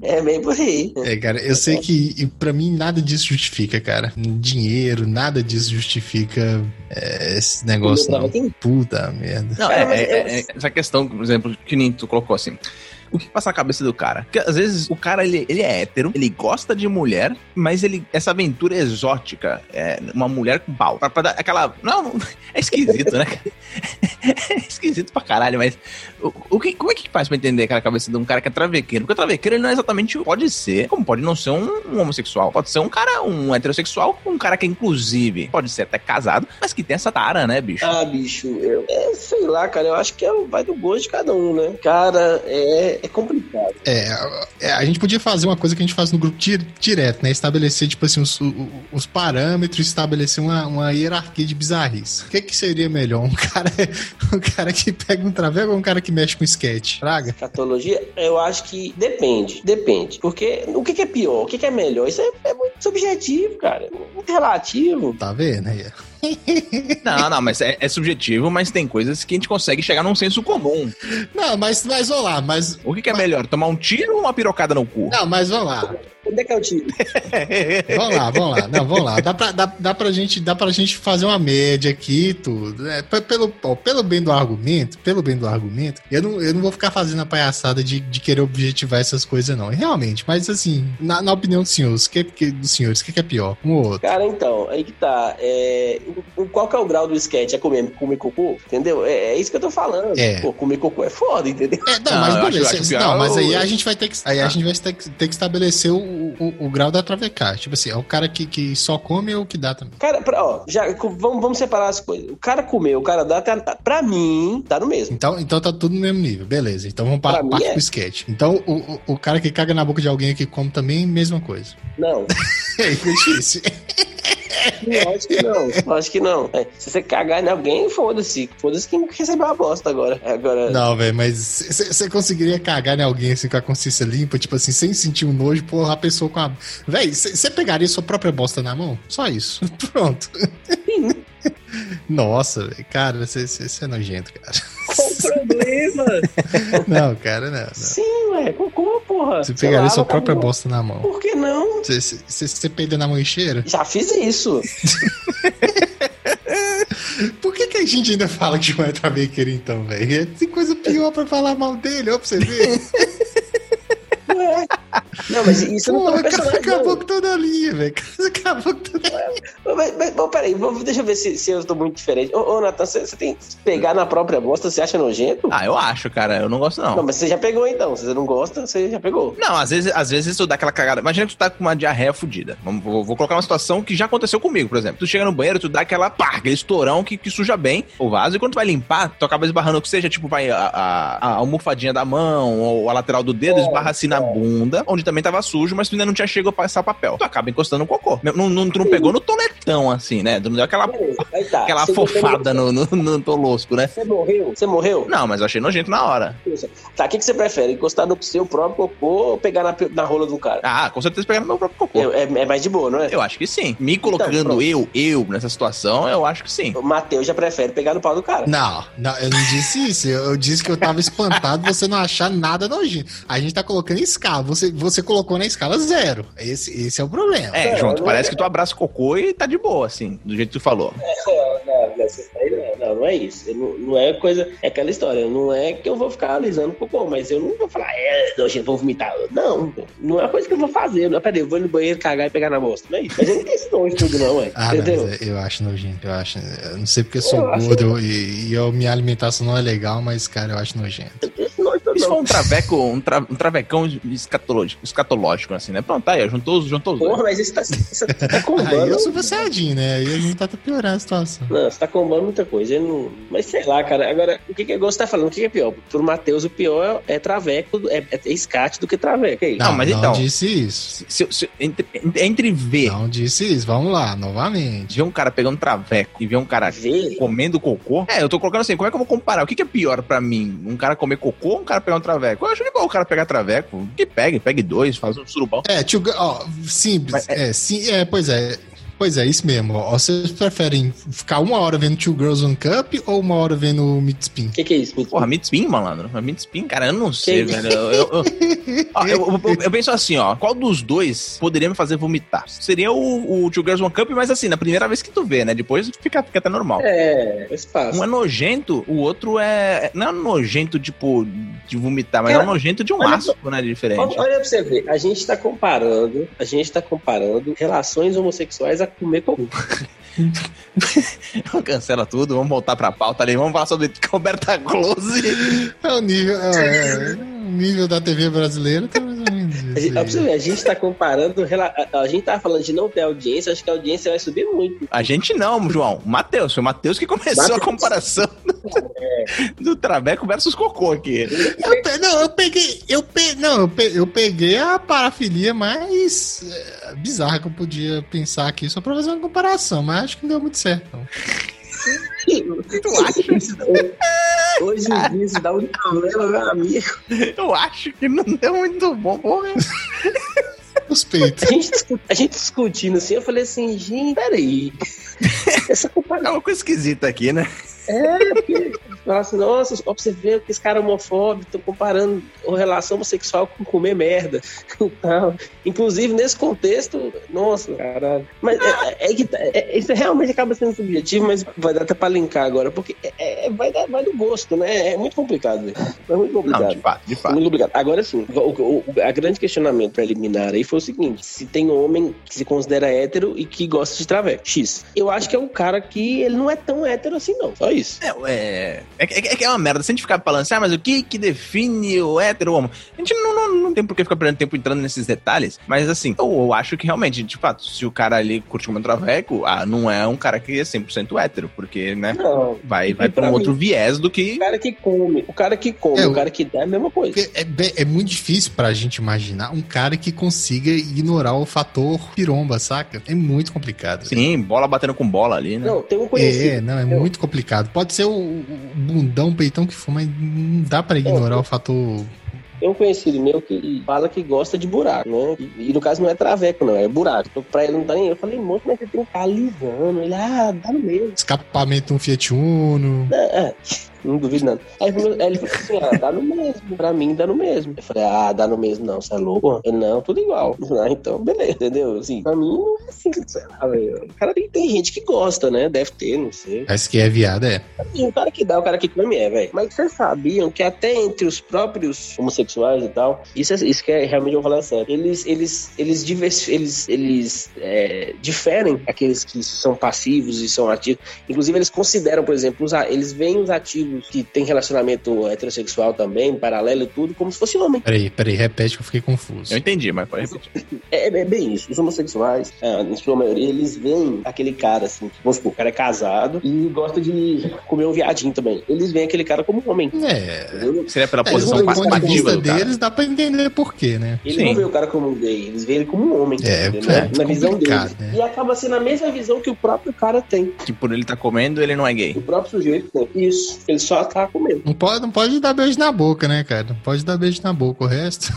[SPEAKER 3] é meio por aí.
[SPEAKER 2] É, cara, eu sei que e pra mim nada disso justifica, cara. Dinheiro, nada disso justifica é, esse negócio, não.
[SPEAKER 3] Tem-
[SPEAKER 2] Puta merda.
[SPEAKER 1] Não,
[SPEAKER 3] Cara,
[SPEAKER 1] é,
[SPEAKER 3] mas
[SPEAKER 1] é-
[SPEAKER 3] eu-
[SPEAKER 1] é- é essa questão, por exemplo, que nem tu colocou assim. O que passa na cabeça do cara? Porque às vezes o cara ele, ele é hétero, ele gosta de mulher, mas ele essa aventura exótica, é, uma mulher com pau. Pra, pra dar aquela. Não, é esquisito, né? É esquisito pra caralho, mas o, o que, como é que faz pra entender aquela cabeça de um cara que é travequeiro? Porque o travequeiro ele não é exatamente. Pode ser, como pode não ser um, um homossexual. Pode ser um cara, um heterossexual, um cara que, inclusive, pode ser até casado, mas que tem essa tara, né, bicho?
[SPEAKER 3] Ah, bicho, eu, é, sei lá, cara, eu acho que é, vai do gosto de cada um, né? Cara, é, é complicado.
[SPEAKER 2] É, a- é, a gente podia fazer uma coisa que a gente faz no grupo di- direto, né? Estabelecer, tipo assim, os, o- o- os parâmetros, estabelecer uma, uma hierarquia de bizarrice. O que, que seria melhor? Um cara, um cara que pega um travego ou um cara que mexe com sketch? Fraga?
[SPEAKER 3] Catologia, eu acho que depende, depende. Porque o que, que é pior, o que, que é melhor? Isso é, é muito subjetivo, cara, É muito relativo.
[SPEAKER 2] Tá vendo aí?
[SPEAKER 1] Não, não, mas é, é subjetivo, mas tem coisas que a gente consegue chegar num senso comum.
[SPEAKER 2] Não, mas, mas vamos lá, mas.
[SPEAKER 1] O que, que é melhor, tomar um tiro ou uma pirocada no cu?
[SPEAKER 2] Não, mas vamos lá.
[SPEAKER 3] Onde é que é o tiro?
[SPEAKER 2] Vamos lá, vamos lá. Não, vamos lá. Dá pra, dá, dá pra gente, dá pra gente fazer uma média aqui e tudo. né? P- Pelo, ó, pelo bem do argumento, pelo bem do argumento, eu não, eu não vou ficar fazendo a palhaçada de, de querer objetivar essas coisas, não. Realmente, mas assim, na, na opinião dos senhores, que, que, dos senhores, o que, que é pior? Um ou outro?
[SPEAKER 3] Cara, então, aí que tá. É, o- o- qual que é o grau do sketch? É comer, comer cocô? Entendeu? É, é isso que eu tô falando.
[SPEAKER 2] É.
[SPEAKER 3] Pô, comer cocô é foda, entendeu?
[SPEAKER 2] É, não,
[SPEAKER 1] Não,
[SPEAKER 2] mas
[SPEAKER 1] Ah, eu acho-
[SPEAKER 2] beleza.
[SPEAKER 1] eu acho pior é
[SPEAKER 2] não, mas aí
[SPEAKER 1] o-
[SPEAKER 2] a gente vai ter que. Aí a
[SPEAKER 1] Ah.
[SPEAKER 2] gente vai ter que, ter que estabelecer o, o, o grau da travecar. Tipo assim, é o cara que, que só come ou que dá também.
[SPEAKER 3] Cara, pra- ó, já, co- vamos, vamos separar as coisas. O cara comeu, o cara dá, tá, tá- pra mim, tá no mesmo.
[SPEAKER 2] Então, então tá tudo no mesmo nível, beleza. Então vamos para
[SPEAKER 3] Pra mim
[SPEAKER 2] parte
[SPEAKER 3] é.
[SPEAKER 2] pro sketch. Então o, o, o cara que caga na boca de alguém que come também, mesma coisa.
[SPEAKER 3] Não,
[SPEAKER 2] É difícil.
[SPEAKER 3] eu acho que não, eu acho que não. É, se você cagar em alguém, foda-se. Foda-se quem recebeu a bosta agora. Agora,
[SPEAKER 2] Não, velho, mas você conseguiria cagar em alguém assim com a consciência limpa, tipo assim, sem sentir um nojo, porra, a pessoa com a. Véi, você pegaria sua própria bosta na mão? Só isso. Pronto. Nossa, velho, cara, você é nojento, cara.
[SPEAKER 3] qual o problema?
[SPEAKER 2] Não, cara, não. não.
[SPEAKER 3] Sim, ué, com- como, porra?
[SPEAKER 2] Você
[SPEAKER 3] Sei
[SPEAKER 2] pegaria
[SPEAKER 3] lá, tá
[SPEAKER 2] sua
[SPEAKER 3] vai
[SPEAKER 2] própria
[SPEAKER 3] cagar.
[SPEAKER 2] bosta na mão.
[SPEAKER 3] Por que não?
[SPEAKER 2] Você peida na mão e cheira?
[SPEAKER 3] Já fiz isso.
[SPEAKER 2] Por que, que a gente ainda fala que João é travequeiro então, velho? Tem coisa pior pra falar mal dele, ó, pra você ver.
[SPEAKER 3] Ué. Não, mas isso
[SPEAKER 2] Pô,
[SPEAKER 3] não é um
[SPEAKER 2] acabou,
[SPEAKER 3] personagem. não.
[SPEAKER 2] acabou com toda a linha, velho. Acabou com toda a linha.
[SPEAKER 3] Mas, mas, mas peraí, vamos- deixa eu ver se, se eu estou muito diferente. Ô, ô Natan, você, você tem que pegar na própria bosta, você acha nojento?
[SPEAKER 1] Ah, eu acho, cara, eu não gosto
[SPEAKER 3] Não,
[SPEAKER 1] não.
[SPEAKER 3] mas você já pegou então. Se você não gosta, você já pegou.
[SPEAKER 1] Não, às vezes, às vezes tu dá aquela cagada. Imagina que tu tá com uma diarreia fodida. Vamos- Vou, vou colocar uma situação que já aconteceu comigo, por exemplo. Tu chega no banheiro, tu dá aquela pá, aquele estourão que, que suja bem o vaso, e quando tu vai limpar, tu acaba esbarrando o que seja, tipo, vai a, a, a almofadinha da mão ou a lateral do dedo, esbarra assim na bunda, onde também tava sujo, mas tu ainda não tinha chegado a passar papel. Tu acaba encostando no cocô. Não, não, tu não pegou no toletão, assim, né? Tu não deu aquela
[SPEAKER 3] Beleza, aí tá.
[SPEAKER 1] Aquela
[SPEAKER 3] Você
[SPEAKER 1] fofada no, no, no tolosco, né?
[SPEAKER 3] Você morreu? Você morreu?
[SPEAKER 1] Não, mas eu achei nojento na hora.
[SPEAKER 3] Tá, o que, que você prefere? Encostar no seu próprio cocô ou pegar na, na rola de um cara?
[SPEAKER 1] Ah, com certeza pegaram meu próprio cocô. Eu,
[SPEAKER 3] É, é- é mais de boa, não é?
[SPEAKER 1] acho que sim. Me
[SPEAKER 3] Então,
[SPEAKER 1] colocando
[SPEAKER 3] pronto.
[SPEAKER 1] eu, eu, nessa situação, eu acho que sim.
[SPEAKER 3] O Matheus já prefere pegar no pau do cara.
[SPEAKER 2] Não, não, eu não disse isso. Eu, eu disse que eu tava espantado você não achar nada nojento. A gente tá colocando em escala. Você, você colocou na escala zero. Esse, esse é o problema.
[SPEAKER 1] É,
[SPEAKER 3] Não,
[SPEAKER 1] junto.
[SPEAKER 3] não
[SPEAKER 1] Parece que tu abraça o cocô e tá de boa, assim, do jeito que tu falou.
[SPEAKER 3] Não, não, não, não, não, dela, não é isso. Eu não, não é coisa. É aquela história. Não é que eu vou ficar alisando o cocô, mas eu não vou falar, é, nojento, vou vomitar. Não, não é uma coisa que eu vou fazer. Não, peraí, eu vou no banheiro cagar e pegar na bosta. Não é isso. Mas eu não tenho esse nojo tudo, não, ué.
[SPEAKER 2] Ah,
[SPEAKER 3] entendeu?
[SPEAKER 2] mas eu acho nojento, eu acho. Eu não sei porque eu sou
[SPEAKER 3] Eu acho-
[SPEAKER 2] gordo eu- e, e eu, minha alimentação não é legal, mas, cara, eu acho nojento.
[SPEAKER 3] Eu não tenho esse nojo todo,
[SPEAKER 1] Isso
[SPEAKER 3] não.
[SPEAKER 1] foi um traveco, um, tra- um travecão escatológico, escatológico, assim, né? Pronto, tá aí, ó, juntou, os- juntou os dois.
[SPEAKER 3] Porra, mas isso tá, isso tá combando.
[SPEAKER 2] Aí Ah, eu sou viciadinho, né? Aí a gente tá até piorando a situação.
[SPEAKER 3] Não, você tá combando muita coisa. eu não- Mas sei lá, cara. Agora, o que que é igual você tá falando? O que que é pior? Pro Matheus, o pior é traveco, é, é escate do que traveco. É isso.
[SPEAKER 1] Não, mas então-
[SPEAKER 2] disse isso.
[SPEAKER 1] Se- se- se- entre, entre ver,
[SPEAKER 2] Não disse isso. Vamos lá, novamente.
[SPEAKER 1] ver um cara pegando traveco e ver um cara
[SPEAKER 3] Ver?
[SPEAKER 1] comendo cocô. É, eu tô colocando assim, como é que eu vou comparar? O que, que é pior pra mim? Um cara comer cocô ou um cara pegar um traveco? Eu acho de boa o cara pegar traveco. Que pegue, pegue dois, faz um surubão.
[SPEAKER 2] É, tio, Ga- ó, simples.
[SPEAKER 1] Mas
[SPEAKER 2] É, sim, é, pois é. Pois é, isso mesmo. Ó, vocês preferem ficar uma hora vendo Two Girls One Cup ou uma hora vendo o Meat Spin?
[SPEAKER 3] O que que é isso? Me-
[SPEAKER 1] Porra, meat spin, malandro. Meat spin, cara, eu não sei,
[SPEAKER 3] isso?
[SPEAKER 1] velho. Eu, eu, eu- Ó, eu- eu- eu penso assim, ó. Qual dos dois poderia me fazer vomitar? Seria o, o Two Girls One Cup, mas assim, na primeira vez que tu vê, né? Depois fica, fica até normal.
[SPEAKER 3] É, eu espaço.
[SPEAKER 1] Um é nojento, o outro é. Não é nojento, tipo, de vomitar, mas
[SPEAKER 3] Cara,
[SPEAKER 1] é um nojento de um
[SPEAKER 3] olha
[SPEAKER 1] asco, né? Diferente.
[SPEAKER 3] Olha, olha pra você ver, a gente tá comparando, a gente tá comparando relações homossexuais a comer cocô.
[SPEAKER 1] Cancela tudo, vamos voltar pra pauta ali, vamos falar sobre Roberta Close.
[SPEAKER 2] É o nível. É, é, o nível da TV brasileira tá mais ou menos
[SPEAKER 3] A gente,
[SPEAKER 2] isso.
[SPEAKER 3] olha pra
[SPEAKER 1] é.
[SPEAKER 3] você
[SPEAKER 2] aí.
[SPEAKER 3] ver, a gente tá comparando, rela- a, a gente tá falando de não ter audiência, acho que a audiência vai subir muito.
[SPEAKER 1] A gente não, João. Matheus, foi o Matheus que começou
[SPEAKER 3] Matheus.
[SPEAKER 1] a comparação
[SPEAKER 3] É.
[SPEAKER 1] do Traveco versus Cocô aqui.
[SPEAKER 2] Eu pe- não, eu peguei. Eu pe- não, eu, pe- eu peguei a parafilia mais é, bizarra que eu podia pensar aqui, só pra fazer uma comparação, mas acho que não deu muito certo. não.
[SPEAKER 1] Tu acha?
[SPEAKER 3] Hoje em dia isso dá um problema, meu amigo.
[SPEAKER 1] Eu acho que não deu muito bom, porra.
[SPEAKER 2] Suspeito.
[SPEAKER 3] A gente, discu- a gente discutindo assim, eu falei assim, gente, peraí. Essa comparação.
[SPEAKER 1] É uma coisa esquisita aqui, né?
[SPEAKER 3] Fala assim, nossa, ó, pra você ver que esse cara é homofóbico, tô comparando a relação homossexual com comer merda. Então, Inclusive, nesse contexto, nossa, caralho. Mas é, é- é que tá- é- isso realmente acaba sendo subjetivo, mas vai dar até pra linkar agora, porque é- é- vai, dar, vai do gosto, né? É muito complicado, velho. É muito
[SPEAKER 1] Não,
[SPEAKER 3] complicado.
[SPEAKER 1] de fato, de fato.
[SPEAKER 3] Muito obrigado. Agora sim, o, o, o- a grande questionamento preliminar aí foi o seguinte: se tem homem que se considera hétero e que gosta de traveco. X. Eu acho que é um cara que ele não é tão hétero assim, não. Só isso.
[SPEAKER 1] É, é, que- é que é uma merda. Se a gente ficar falando assim, ah, mas o que, que define o hétero o homo? A gente não, não, não tem por que ficar perdendo tempo entrando nesses detalhes, mas assim, eu, eu acho que realmente, de fato, se o cara ali curte o meu traveco, ah, não é um cara que é 100% hétero, porque, né,
[SPEAKER 3] Não.
[SPEAKER 1] vai, vai
[SPEAKER 3] E
[SPEAKER 1] pra
[SPEAKER 3] pra
[SPEAKER 1] um
[SPEAKER 3] mim?
[SPEAKER 1] outro viés do
[SPEAKER 3] O
[SPEAKER 1] que...
[SPEAKER 3] cara que come, o cara que come,
[SPEAKER 2] É,
[SPEAKER 3] o
[SPEAKER 2] o-
[SPEAKER 3] cara que dá é a mesma coisa.
[SPEAKER 2] Porque É, bem- é muito difícil pra gente imaginar um cara que consiga ignorar o fator piromba, saca? É muito complicado.
[SPEAKER 1] Sim, assim, bola batendo com bola ali, né?
[SPEAKER 3] Não, tem um conhecido.
[SPEAKER 2] É, não, é muito complicado. Pode ser o, o bundão, o peitão que for, mas não dá pra ignorar o fator.
[SPEAKER 3] Tem um conhecido meu que fala que gosta de buraco, né? E, e no caso não é traveco, não, é buraco. Então, pra ele não tá nem. Eu falei, moço, mas você tem que tá alisando. Ele, ah, dá no mesmo.
[SPEAKER 2] Escapamento um Fiat Uno.
[SPEAKER 3] É, é. Não duvido nada. Aí ele falou, aí ele falou assim: ah, dá no mesmo. Pra mim dá no mesmo. Eu falei, ah, dá no mesmo, não, você é louco? Eu, não, tudo igual. Ah, então, beleza, entendeu? Assim, pra mim não é assim, sei lá, velho. Cara, tem, tem gente que gosta, né? Deve ter, não sei.
[SPEAKER 2] Parece que é viado, é.
[SPEAKER 3] E o cara que dá, o cara que come é, velho. Mas vocês sabiam que até entre os próprios homossexuais e tal, isso, é- isso que é realmente eu vou falar sério. Eles, eles, eles, divers, eles, eles é, diferem aqueles que são passivos e são ativos. Inclusive, eles consideram, por exemplo, os, a- eles veem os ativos que têm relacionamento heterossexual também, paralelo e tudo, como se fosse um homem.
[SPEAKER 2] Peraí, peraí, repete que eu fiquei confuso.
[SPEAKER 1] Eu entendi, mas pode repetir.
[SPEAKER 3] É, é bem isso. Os homossexuais, ah, na sua maioria, eles veem aquele cara assim, que, vamos supor, o cara é casado e gosta de comer um viadinho também. Eles veem aquele cara como um homem.
[SPEAKER 2] É.
[SPEAKER 3] Entendeu?
[SPEAKER 1] Seria pela
[SPEAKER 2] É,
[SPEAKER 1] posição
[SPEAKER 2] do ponto de
[SPEAKER 1] participativa
[SPEAKER 2] vista
[SPEAKER 1] do cara.
[SPEAKER 2] deles, dá pra entender por quê, né?
[SPEAKER 3] Eles
[SPEAKER 1] Sim.
[SPEAKER 3] não veem o cara como um gay, eles veem ele como um homem.
[SPEAKER 2] É,
[SPEAKER 3] entendeu?
[SPEAKER 2] é,
[SPEAKER 3] na visão
[SPEAKER 2] complicado,
[SPEAKER 3] deles.
[SPEAKER 2] né?
[SPEAKER 3] E acaba sendo a mesma visão que o próprio cara tem,
[SPEAKER 1] Que por ele tá comendo, ele não é
[SPEAKER 3] que
[SPEAKER 1] gay.
[SPEAKER 3] o próprio sujeito tem. Isso, ele só tá comendo.
[SPEAKER 2] Não pode, não pode dar beijo na boca, né, cara? Não pode dar beijo na boca. O resto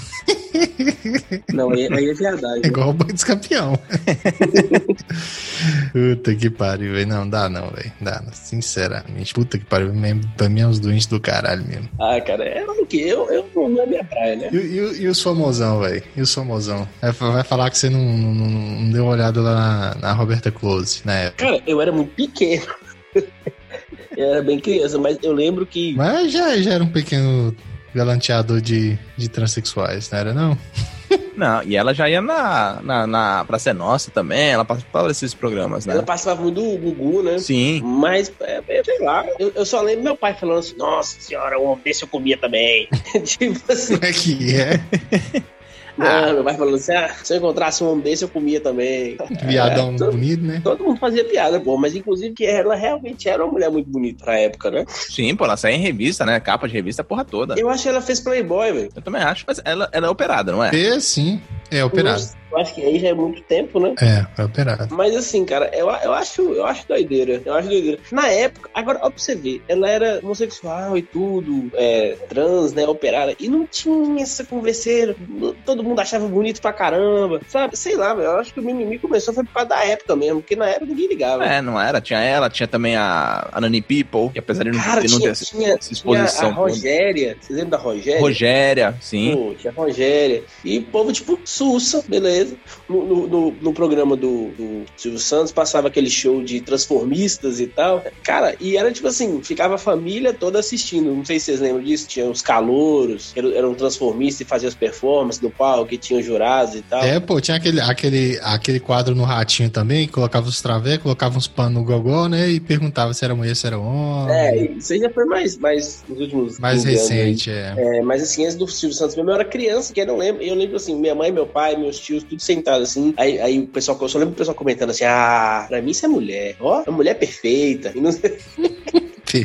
[SPEAKER 3] Não, aí, aí é verdade.
[SPEAKER 2] é
[SPEAKER 3] né?
[SPEAKER 2] igual o banho dos campeão. Puta que pariu, velho. Não, dá não, velho. Dá, não. sinceramente. Puta que pariu. mesmo. Pra mim é uns doentes do caralho mesmo.
[SPEAKER 3] Ah, cara, é o que? Eu, eu não é minha praia, né?
[SPEAKER 2] E, e, e os famosão, velho? E os famosão? Vai- Vai falar que você não, não, não- não deu uma olhada lá na, na Roberta Close, na época.
[SPEAKER 3] Cara, eu era muito pequeno. Eu era bem criança, mas eu lembro que.
[SPEAKER 2] Mas já, já era um pequeno galanteador de, de transexuais, não era não?
[SPEAKER 1] Não, e ela já ia na, na, na Pra Ser Nossa também, ela participava desses programas, né?
[SPEAKER 3] Ela participava muito do Gugu, né?
[SPEAKER 1] Sim.
[SPEAKER 3] Mas, é, é, sei lá, eu, eu só lembro meu pai falando assim: Nossa senhora, um homem desse eu comia também. tipo assim,
[SPEAKER 2] Como é que é?
[SPEAKER 1] Ah.
[SPEAKER 3] ah, meu pai falando assim: ah, se eu encontrasse um homem desse eu comia também.
[SPEAKER 2] Viadão
[SPEAKER 3] É, tô-
[SPEAKER 2] bonito, né?
[SPEAKER 3] Todo mundo fazia piada, pô, mas inclusive que ela realmente era uma mulher muito bonita pra época, né?
[SPEAKER 1] Sim, pô, ela sai em revista, né? Capa de revista, a porra toda.
[SPEAKER 3] Eu acho que ela fez Playboy, velho.
[SPEAKER 1] Eu também acho. Mas ela, ela é operada, não é?
[SPEAKER 2] E sim, é operado.
[SPEAKER 3] Eu acho que aí já é muito tempo, né?
[SPEAKER 2] É, é operado.
[SPEAKER 3] Mas assim, cara, eu, eu acho eu acho doideira. Eu acho doideira. Na época, agora, ó pra você ver, ela era homossexual e tudo, é, trans, né? Operada. E não tinha essa converseira. Todo mundo achava bonito pra caramba. Sabe? Sei lá, velho. Eu acho que o mimimi começou foi por causa da época mesmo, porque na época ninguém ligava.
[SPEAKER 1] É, não era. Tinha ela, tinha também a, a Nani People, que apesar de não,
[SPEAKER 3] Cara,
[SPEAKER 1] de não
[SPEAKER 3] tinha,
[SPEAKER 1] ter essa,
[SPEAKER 3] tinha,
[SPEAKER 1] essa
[SPEAKER 3] tinha a
[SPEAKER 1] exposição. toda.
[SPEAKER 3] Rogéria. Vocês lembram da Rogéria?
[SPEAKER 1] Rogéria, sim.
[SPEAKER 3] Pô, tinha Rogéria. E povo, tipo, Sussa, beleza. No, no, no- no programa do, do Silvio Santos, passava aquele show de transformistas e tal. Cara, e era tipo assim, ficava a família toda assistindo. Não sei se vocês lembram disso. Tinha os calouros, que eram, eram transformistas e faziam as performances no palco, que tinham jurados e tal.
[SPEAKER 2] É, pô, tinha aquele, aquele, aquele quadro no ratinho também, que colocava os través, colocava uns panos no gogó, né? E perguntava se era mulher, se era homem.
[SPEAKER 3] É, isso aí já foi mais, mais nos últimos
[SPEAKER 2] mais
[SPEAKER 3] 15 anos aí.
[SPEAKER 2] recente, é.
[SPEAKER 3] É, mas assim, antes do Silvio Santos mesmo, eu era criança, que eu não lembro. Eu lembro assim, minha mãe, meu pai, meus tios, tudo sentado assim. Aí, aí o pessoal, eu só lembro o pessoal comentando assim: ah, pra mim isso é mulher. Ó, é mulher perfeita. E não sei-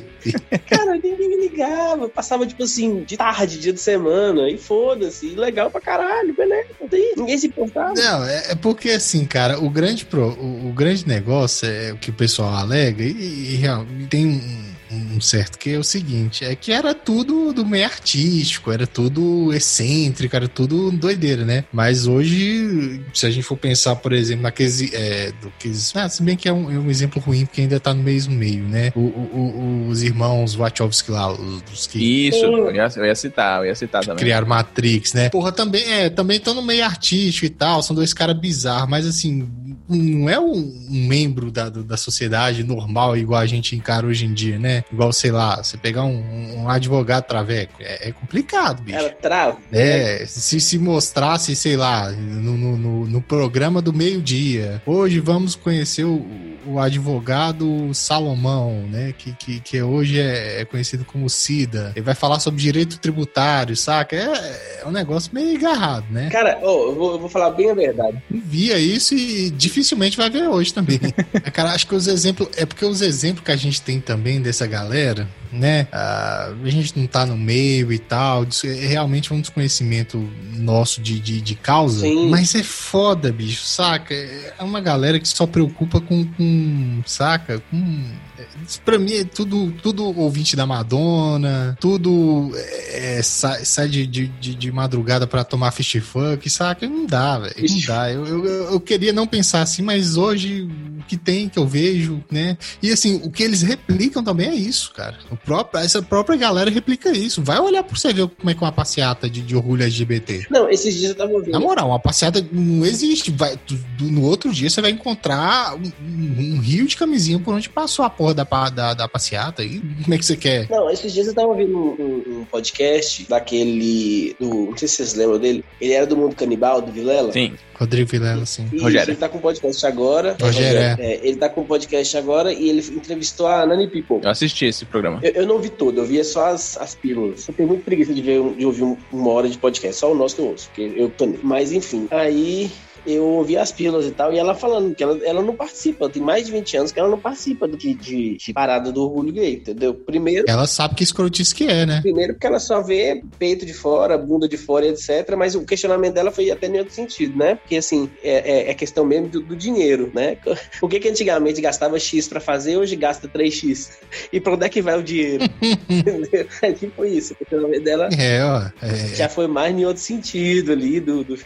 [SPEAKER 3] Cara, ninguém me ligava. Passava, tipo assim, de tarde, dia de semana. E foda-se. e Legal pra caralho, beleza. Não tem- Ninguém se importava.
[SPEAKER 2] Não, é, é porque assim, cara, o grande, pro, o, o grande negócio é o que o pessoal alega, e, e real- e tem um, um certo que é o seguinte: é que era tudo do meio artístico, era tudo excêntrico, era tudo doideira, né? Mas hoje, se a gente for pensar, por exemplo, naqueles. É, do que, ah, se bem que é um, é um exemplo ruim, porque ainda tá no mesmo meio, né? O- o- o- os irmãos Wachowski lá, os, os que
[SPEAKER 1] Isso,
[SPEAKER 3] Pô.
[SPEAKER 1] eu ia, eu ia citar, eu ia citar também.
[SPEAKER 2] criar Matrix, né? Porra, também é, também estão no meio artístico e tal, são dois caras bizarros, mas assim, não é um, um membro da, do- da sociedade normal igual a gente encara hoje em dia, né? Igual, sei lá, você pegar um, um advogado traveco, é, é complicado, bicho.
[SPEAKER 3] Era trava.
[SPEAKER 2] É, se se mostrasse, sei lá, no, no, no- no programa do meio-dia. Hoje vamos conhecer o, o advogado Salomão, né? Que, que, que hoje é, é conhecido como Cida. Ele vai falar sobre direito tributário, saca? É, é um negócio meio agarrado, né?
[SPEAKER 3] Cara, ó, eu, vou, eu vou falar bem a verdade.
[SPEAKER 2] Via isso e dificilmente vai ver hoje também. É, Cara, acho que os exemplos. É porque os exemplos que a gente tem também dessa galera, né? ah, a gente não tá no meio e tal. Isso é realmente um desconhecimento nosso de, de, de causa.
[SPEAKER 3] Sim.
[SPEAKER 2] Mas é foda, bicho, saca? É uma galera que só preocupa com. com saca? Com. é, isso Pra mim é tudo, tudo ouvinte da Madonna, tudo é, é, sai, sai de, de, de, de madrugada pra tomar fish funk, saca? Não dá, velho. Não
[SPEAKER 3] Ixi.
[SPEAKER 2] dá. Eu, eu, eu queria não pensar assim, mas hoje o que tem, que eu vejo, né? E assim, o que eles replicam também é isso, cara. O próprio, essa própria galera replica isso. Vai olhar pra você ver como é que é uma passeata de, de orgulho LGBT.
[SPEAKER 3] Não, esses dias eu tava
[SPEAKER 2] Na
[SPEAKER 3] ouvindo.
[SPEAKER 2] moral, uma passeada não existe. Vai, tu- tu- no outro dia você vai encontrar um, um- um rio de camisinha por onde passou a porra da, pa- da, da passeata. E como é que você quer?
[SPEAKER 3] Não, esses dias eu tava ouvindo um, um- um podcast daquele. Do, não sei se vocês lembram dele. Ele era do mundo canibal, do Vilela.
[SPEAKER 1] Sim.
[SPEAKER 2] Rodrigo Vilela, assim.
[SPEAKER 3] Isso,
[SPEAKER 1] Rogério.
[SPEAKER 3] Ele tá com um podcast agora.
[SPEAKER 2] Rogério, é.
[SPEAKER 3] É, ele tá com um podcast agora e ele entrevistou a Nani People.
[SPEAKER 1] Eu assisti esse programa.
[SPEAKER 3] Eu, eu não vi todo, eu via só as, as pílulas. Eu tenho muito preguiça de, ver, um- de ouvir um- uma hora de podcast, só o nosso que eu ouço, porque eu tô nele. Mas enfim, aí eu ouvi as pílulas e tal, e ela falando que ela, ela não participa, tem mais de 20 anos que ela não participa do que- de, de parada do orgulho gay, entendeu? Primeiro.
[SPEAKER 2] Ela sabe que escrotice que é, né?
[SPEAKER 3] Primeiro porque ela só vê peito de fora, bunda de fora, etc. Mas o questionamento dela foi até em outro sentido, né? Porque, assim, é, é- é questão mesmo do, do dinheiro, né? O que que antigamente gastava X pra fazer, hoje gasta 3X. E pra onde é que vai o dinheiro? Entendeu? é tipo isso. O questionamento dela
[SPEAKER 2] É, ó. é.
[SPEAKER 3] já foi mais em outro sentido ali, do, do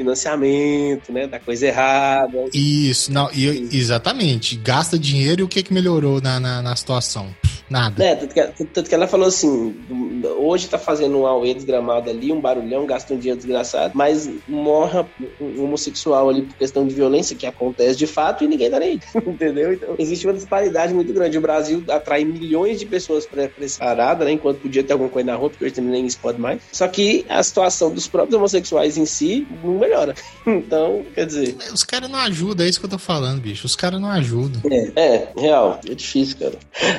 [SPEAKER 3] financiamento, né? Da coisa errada.
[SPEAKER 2] Isso, não, e, exatamente. Gasta dinheiro e o que, que melhorou na, na, na situação? Nada.
[SPEAKER 3] É, tanto que, tanto que ela falou assim, do- hoje tá fazendo um auê desgramado ali, um barulhão, gasta um dinheiro desgraçado, mas morra um homossexual ali por questão de violência que acontece de fato e ninguém tá nem aí, entendeu? Então, existe uma disparidade muito grande. O Brasil atrai milhões de pessoas pra, pra essa parada, né? Enquanto podia ter alguma coisa na rua, porque hoje também nem isso pode mais. Só que a situação dos próprios homossexuais em si não melhora. Então, quer dizer...
[SPEAKER 2] Os caras não ajudam, é isso que eu tô falando, bicho. Os caras não ajudam.
[SPEAKER 3] É, é, real. É difícil, cara.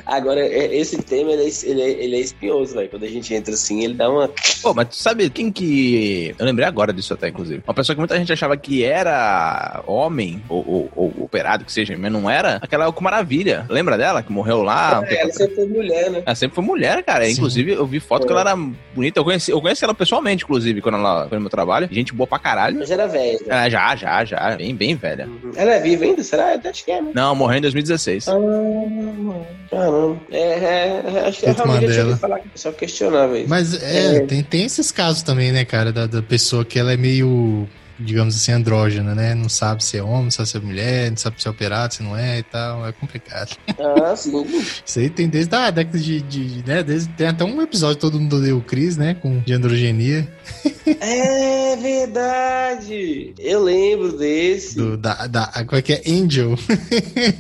[SPEAKER 3] Agora, é- esse tema, ele é, ele é- ele é espinhoso, velho. Quando a gente entra assim, ele dá uma...
[SPEAKER 1] Pô, mas tu sabe quem que. Eu lembrei agora disso até, inclusive. Uma pessoa que muita gente achava que era homem, ou, ou- ou operado que seja, mas não era, aquela Elco Maravilha. Lembra dela? Que morreu
[SPEAKER 2] Ah,
[SPEAKER 1] lá? um
[SPEAKER 3] É,
[SPEAKER 1] tempo
[SPEAKER 3] ela sempre foi mulher, né?
[SPEAKER 1] Ela sempre foi mulher, cara.
[SPEAKER 2] Sim.
[SPEAKER 1] Inclusive, eu vi foto
[SPEAKER 3] É.
[SPEAKER 1] que ela era bonita. Eu conheci, eu conheci ela pessoalmente, inclusive, quando ela foi no meu trabalho. Gente boa pra caralho.
[SPEAKER 3] Mas era velha. né?
[SPEAKER 1] Ela já, já, já. Bem, bem velha.
[SPEAKER 3] Ela é viva ainda? Será? Eu até acho que é, né?
[SPEAKER 1] Não, morreu em 2016.
[SPEAKER 3] Ah, Caramba. É, é, é, acho que eu
[SPEAKER 2] Feito
[SPEAKER 3] realmente eu tinha
[SPEAKER 2] Mandela.
[SPEAKER 3] que falar, só questionava isso.
[SPEAKER 2] Mas é,
[SPEAKER 3] É.
[SPEAKER 2] Tem, tem esses casos também, né, cara, da, da pessoa que ela é meio, digamos assim, andrógena, né? Não sabe se é homem, não sabe se é mulher, não sabe se é operado, se não é e tal. É complicado.
[SPEAKER 3] Ah, sim.
[SPEAKER 2] Isso aí tem desde a década de. de- né, desde- tem até um episódio todo mundo odeia o Cris, né? Com, de androgenia.
[SPEAKER 3] É verdade. Eu lembro desse.
[SPEAKER 2] Do, da, da, qual é que é? Angel.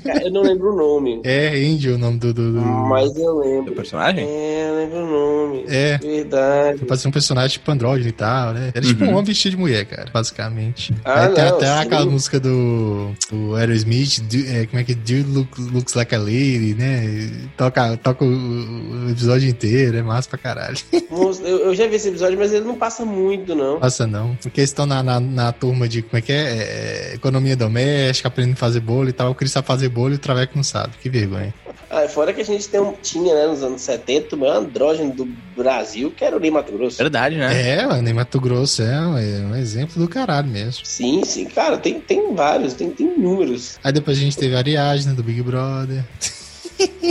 [SPEAKER 3] Cara, Eu não lembro o nome,
[SPEAKER 2] É, Angel o nome do. do, do-
[SPEAKER 3] mas eu
[SPEAKER 1] Do
[SPEAKER 3] lembro.
[SPEAKER 1] personagem?
[SPEAKER 3] É, eu lembro o nome.
[SPEAKER 2] É.
[SPEAKER 3] Verdade.
[SPEAKER 2] Pra ser um personagem tipo andrógeno e tal, né? Era tipo um
[SPEAKER 1] Uhum.
[SPEAKER 2] homem vestido de mulher, cara, basicamente.
[SPEAKER 3] Ah,
[SPEAKER 2] Aí tem
[SPEAKER 3] não,
[SPEAKER 2] até
[SPEAKER 3] sim.
[SPEAKER 2] aquela música do, do Aerosmith, do- é, como é que é? Dude look, Looks Like a Lady, né? E Toca, toca o, o episódio inteiro, é massa pra caralho.
[SPEAKER 3] Moço, Eu, eu já vi esse episódio, mas ele não passa muito, não.
[SPEAKER 2] Passa não. Porque eles estão na, na, na turma de, como é que é? É, Economia doméstica, aprendendo a fazer bolo e tal. O Cris sabe fazer bolo e o Traveco não sabe. Que vergonha.
[SPEAKER 3] Ah, fora que a gente tem um, tinha, né, nos anos 70, o maior andrógeno do Brasil, que era o Ney Mato Grosso.
[SPEAKER 1] Verdade, né?
[SPEAKER 2] É, mano, em Mato Grosso é um, é um exemplo do caralho mesmo.
[SPEAKER 3] Sim, sim, cara, tem, tem vários, tem, tem inúmeros.
[SPEAKER 2] Aí depois a gente teve a Ariadne do Big Brother.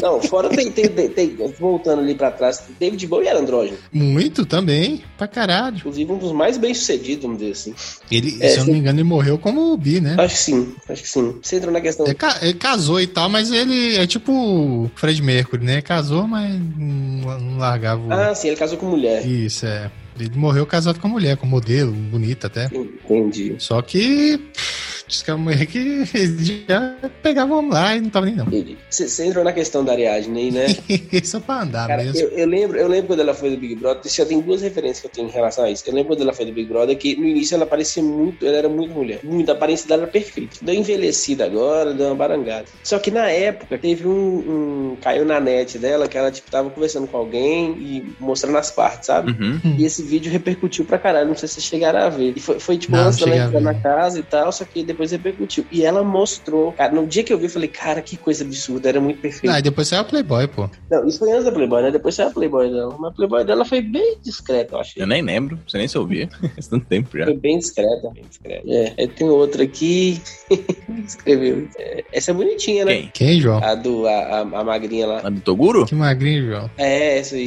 [SPEAKER 3] Não, fora tem, tem, tem, tem- voltando ali pra trás, David Bowie era andrógeno.
[SPEAKER 2] Muito também, pra caralho.
[SPEAKER 3] Inclusive um dos mais bem sucedidos, vamos dizer assim.
[SPEAKER 2] Ele,
[SPEAKER 3] É,
[SPEAKER 2] se eu não me engano, ele morreu como bi, né?
[SPEAKER 3] Acho que sim, acho que sim. Você entrou na questão.
[SPEAKER 2] Ele, ca- ele casou e tal, mas ele é tipo o Fred Mercury, né? Casou, mas não não largava o...
[SPEAKER 3] Ah, sim, ele casou com mulher.
[SPEAKER 2] Isso, é. Ele morreu casado com a mulher, com modelo, bonita até.
[SPEAKER 3] Entendi.
[SPEAKER 2] Só que. pff, Diz que a mulher que ele já pegava vamos lá e não tava nem não.
[SPEAKER 3] Entendi. Você você entrou na questão da Ariadne, né?
[SPEAKER 2] Só pra andar
[SPEAKER 3] Cara,
[SPEAKER 2] mesmo.
[SPEAKER 3] eu, eu lembro, eu lembro quando ela foi do Big Brother, isso já tem duas referências que eu tenho em relação a isso. Eu lembro quando ela foi do Big Brother que no início ela parecia muito, ela era muito mulher, muito, a aparência dela era perfeita. Deu envelhecida agora, deu uma barangada. Só que na época teve um, um- caiu na net dela que ela tipo tava conversando com alguém e mostrando as partes, sabe?
[SPEAKER 1] Uhum.
[SPEAKER 3] E esse vídeo repercutiu pra caralho, não sei se vocês chegaram a ver. E foi, foi tipo,
[SPEAKER 2] Não,
[SPEAKER 3] antes dela
[SPEAKER 2] cheguei a
[SPEAKER 3] entrar
[SPEAKER 2] ver.
[SPEAKER 3] na casa e tal, só que depois repercutiu. E ela mostrou, cara, no dia que eu vi, eu falei, cara, que coisa absurda, era muito perfeito.
[SPEAKER 2] Ah, e depois saiu o Playboy, pô.
[SPEAKER 3] Não, isso foi antes da Playboy, né? Depois saiu a Playboy dela. Mas a Playboy dela foi bem discreta, eu achei.
[SPEAKER 1] Eu nem lembro, não sei nem se eu vi. Faz tanto tempo já.
[SPEAKER 3] Foi bem discreta, bem discreta. É, aí tem outra aqui. Escreveu. É, essa é bonitinha, né?
[SPEAKER 1] Quem?
[SPEAKER 2] Quem, João?
[SPEAKER 3] A do a, a, a magrinha lá.
[SPEAKER 1] A do Toguro?
[SPEAKER 2] Que magrinho, João.
[SPEAKER 3] É, essa aí.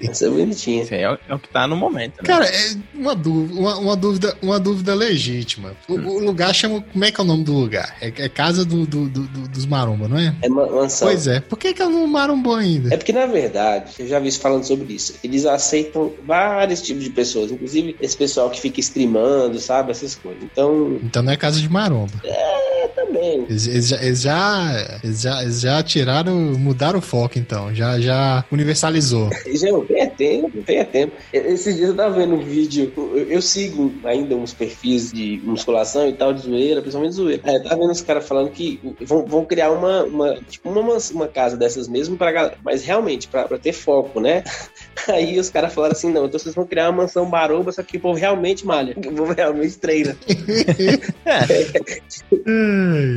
[SPEAKER 3] essa é bonitinha.
[SPEAKER 1] Esse aí é o, é o que tá no momento, né?
[SPEAKER 2] Cara, é uma, dú- uma- uma dúvida, uma dúvida legítima. O, o lugar chama. Como é que é o nome do lugar? É, é Casa do, do- do- do- dos Maromba, não é?
[SPEAKER 3] É ma- mansão.
[SPEAKER 2] Pois é. Por que, que ela não marombou ainda?
[SPEAKER 3] É porque, na verdade, eu já vi isso falando sobre isso. Eles aceitam vários tipos de pessoas, inclusive esse pessoal que fica streamando, sabe? Essas coisas. Então,
[SPEAKER 2] Então não é casa de maromba.
[SPEAKER 3] é também.
[SPEAKER 2] Eles, eles já, eles, já, eles, já, eles já tiraram, mudaram o foco, então. Já, já universalizou.
[SPEAKER 3] Gente, tem é tempo, tem tempo. Esses dias eu tava vendo um vídeo, eu, eu sigo ainda uns perfis de musculação e tal, de zoeira, principalmente zoeira. Aí eu tava vendo os caras falando que vão, vão criar uma, uma, tipo, uma, mans- uma casa dessas mesmo pra galera, mas realmente, pra, pra ter foco, né? Aí os caras falaram assim, não, então vocês vão criar uma mansão baroba, só que o povo realmente malha, o povo realmente treina.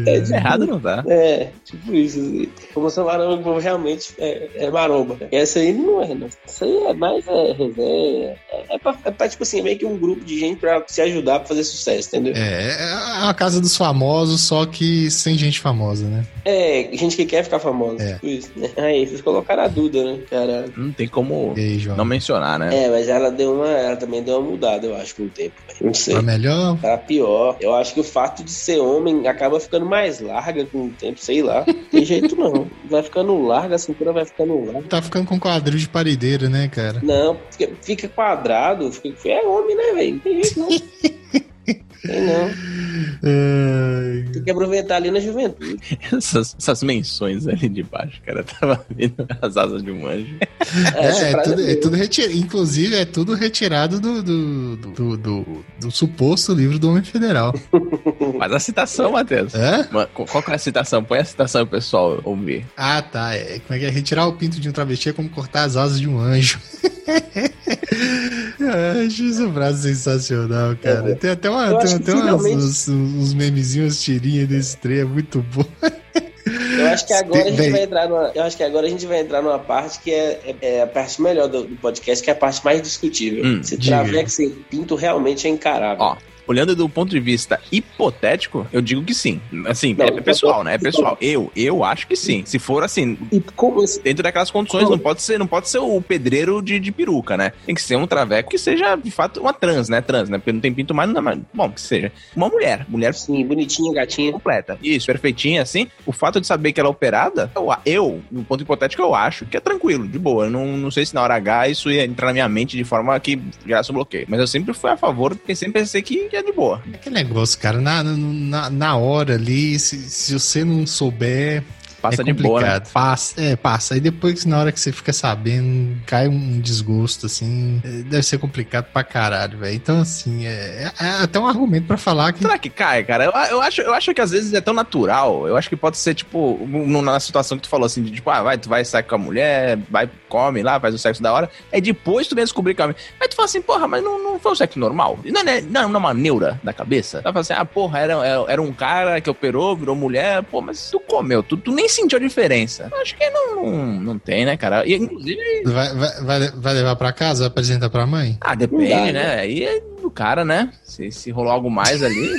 [SPEAKER 2] Ai,
[SPEAKER 1] Errado não tá.
[SPEAKER 3] É, tipo isso. assim. Como são maromba, o povo realmente é, é maromba. Essa aí não é, não. Essa aí é mais é, resenha. É, é, pra, é pra, tipo assim, é meio que um grupo de gente pra se ajudar pra fazer sucesso, entendeu?
[SPEAKER 2] É, é a casa dos famosos, só que sem gente famosa, né?
[SPEAKER 3] É, gente que quer ficar famosa.
[SPEAKER 2] É.
[SPEAKER 3] Tipo isso. né? Aí, vocês colocaram a Duda, né? Cara.
[SPEAKER 1] Não tem como
[SPEAKER 2] E aí, João?
[SPEAKER 1] não mencionar, né?
[SPEAKER 3] É, mas ela deu uma. Ela também deu uma mudada, eu acho, com o tempo. Não sei.
[SPEAKER 2] Pra Tá melhor?
[SPEAKER 3] Tá pior. Eu acho que o fato de ser homem acaba ficando mais larga com o tempo, sei lá. Tem jeito não. Vai ficando larga, a cintura vai ficando larga.
[SPEAKER 2] Tá ficando com quadril de parideira, né, cara?
[SPEAKER 3] Não, fica, fica quadrado, fica, é homem, né, velho? Tem jeito não. Tem não.
[SPEAKER 2] Ai,
[SPEAKER 3] Tem que aproveitar ali na juventude.
[SPEAKER 1] Essas, essas menções ali de baixo, cara, eu tava vendo as asas de um anjo.
[SPEAKER 2] É, é tudo, é
[SPEAKER 3] é
[SPEAKER 2] tudo retirado. Inclusive, é tudo retirado do, do, do, do, do- do suposto livro do Homem Federal.
[SPEAKER 1] Mas a citação, Matheus.
[SPEAKER 2] Hã?
[SPEAKER 1] Ma- Qual qual que é a citação? Põe a citação pro pessoal ouvir.
[SPEAKER 2] Ah, tá. É, como é que é? Retirar o pinto de um travesti é como cortar as asas de um anjo. Eu acho isso um braço sensacional, cara. Tem até, uma,
[SPEAKER 3] É, Eu
[SPEAKER 2] tem
[SPEAKER 3] acho que
[SPEAKER 2] até umas-
[SPEAKER 3] finalmente-
[SPEAKER 2] uns, uns memezinhos, tirinhas desse trem, é muito bom.
[SPEAKER 3] Eu acho que agora a gente
[SPEAKER 2] Bem-
[SPEAKER 3] vai entrar numa, eu acho que agora a gente vai entrar numa parte que é, é- é a parte melhor do, do podcast, que é a parte mais discutível.
[SPEAKER 1] Hum,
[SPEAKER 3] Se
[SPEAKER 2] diga.
[SPEAKER 3] travex e pinto realmente é encarável.
[SPEAKER 1] Ó, Olhando do ponto de vista hipotético, eu digo que sim. Assim,
[SPEAKER 3] Não,
[SPEAKER 1] é- é pessoal, né? É pessoal. Eu, eu acho que sim. Se for assim,
[SPEAKER 3] E como esse
[SPEAKER 1] dentro daquelas condições, não pode ser, não pode ser o pedreiro de, de peruca, né? Tem que ser um traveco que seja, de fato, uma trans, né? Trans, né? Porque não tem pinto mais, não dá mais. Bom, que seja. Uma mulher. Mulher
[SPEAKER 3] assim, bonitinho, gatinho.
[SPEAKER 1] completa. Isso, perfeitinha, assim. O fato de saber que ela é operada, eu, eu, no ponto hipotético, eu acho que é tranquilo, de boa. Eu não, não sei se na hora H isso ia entrar na minha mente de forma que gerasse um bloqueio. Mas eu sempre fui a favor, porque sempre pensei que é de boa.
[SPEAKER 2] É Aquele negócio, cara, na, na, na hora ali, se, se você não souber,
[SPEAKER 1] Passa
[SPEAKER 2] é
[SPEAKER 1] de boa, né?
[SPEAKER 2] complicado. Passa, é, passa. Aí depois, na hora que você fica sabendo, cai um desgosto, assim. é, Deve ser complicado pra caralho, velho. Então, assim, é, é até um argumento pra falar que.
[SPEAKER 1] Será que cai, cara? Eu, eu acho, eu acho que às vezes é tão natural. Eu acho que pode ser, tipo, um- na situação que tu falou assim, de tipo, ah, vai, tu vai sair com a mulher, vai, come lá, faz o sexo da hora. É depois tu vem descobrir que é homem. Aí tu fala assim, porra, mas não, não foi um sexo normal. E Não, é- não, é uma neura da cabeça. Tu fala assim, ah, porra, era, era- era um cara que operou, virou mulher, pô, mas tu comeu, tu, tu nem sentiu a diferença. Eu acho que não, não, não tem, né, cara? E, inclusive,
[SPEAKER 2] Vai, vai, vai, vai levar pra casa? Vai apresentar pra mãe?
[SPEAKER 1] ah, depende,
[SPEAKER 3] Não dá,
[SPEAKER 1] né? Aí é do cara, né? Se, se rolou algo mais ali,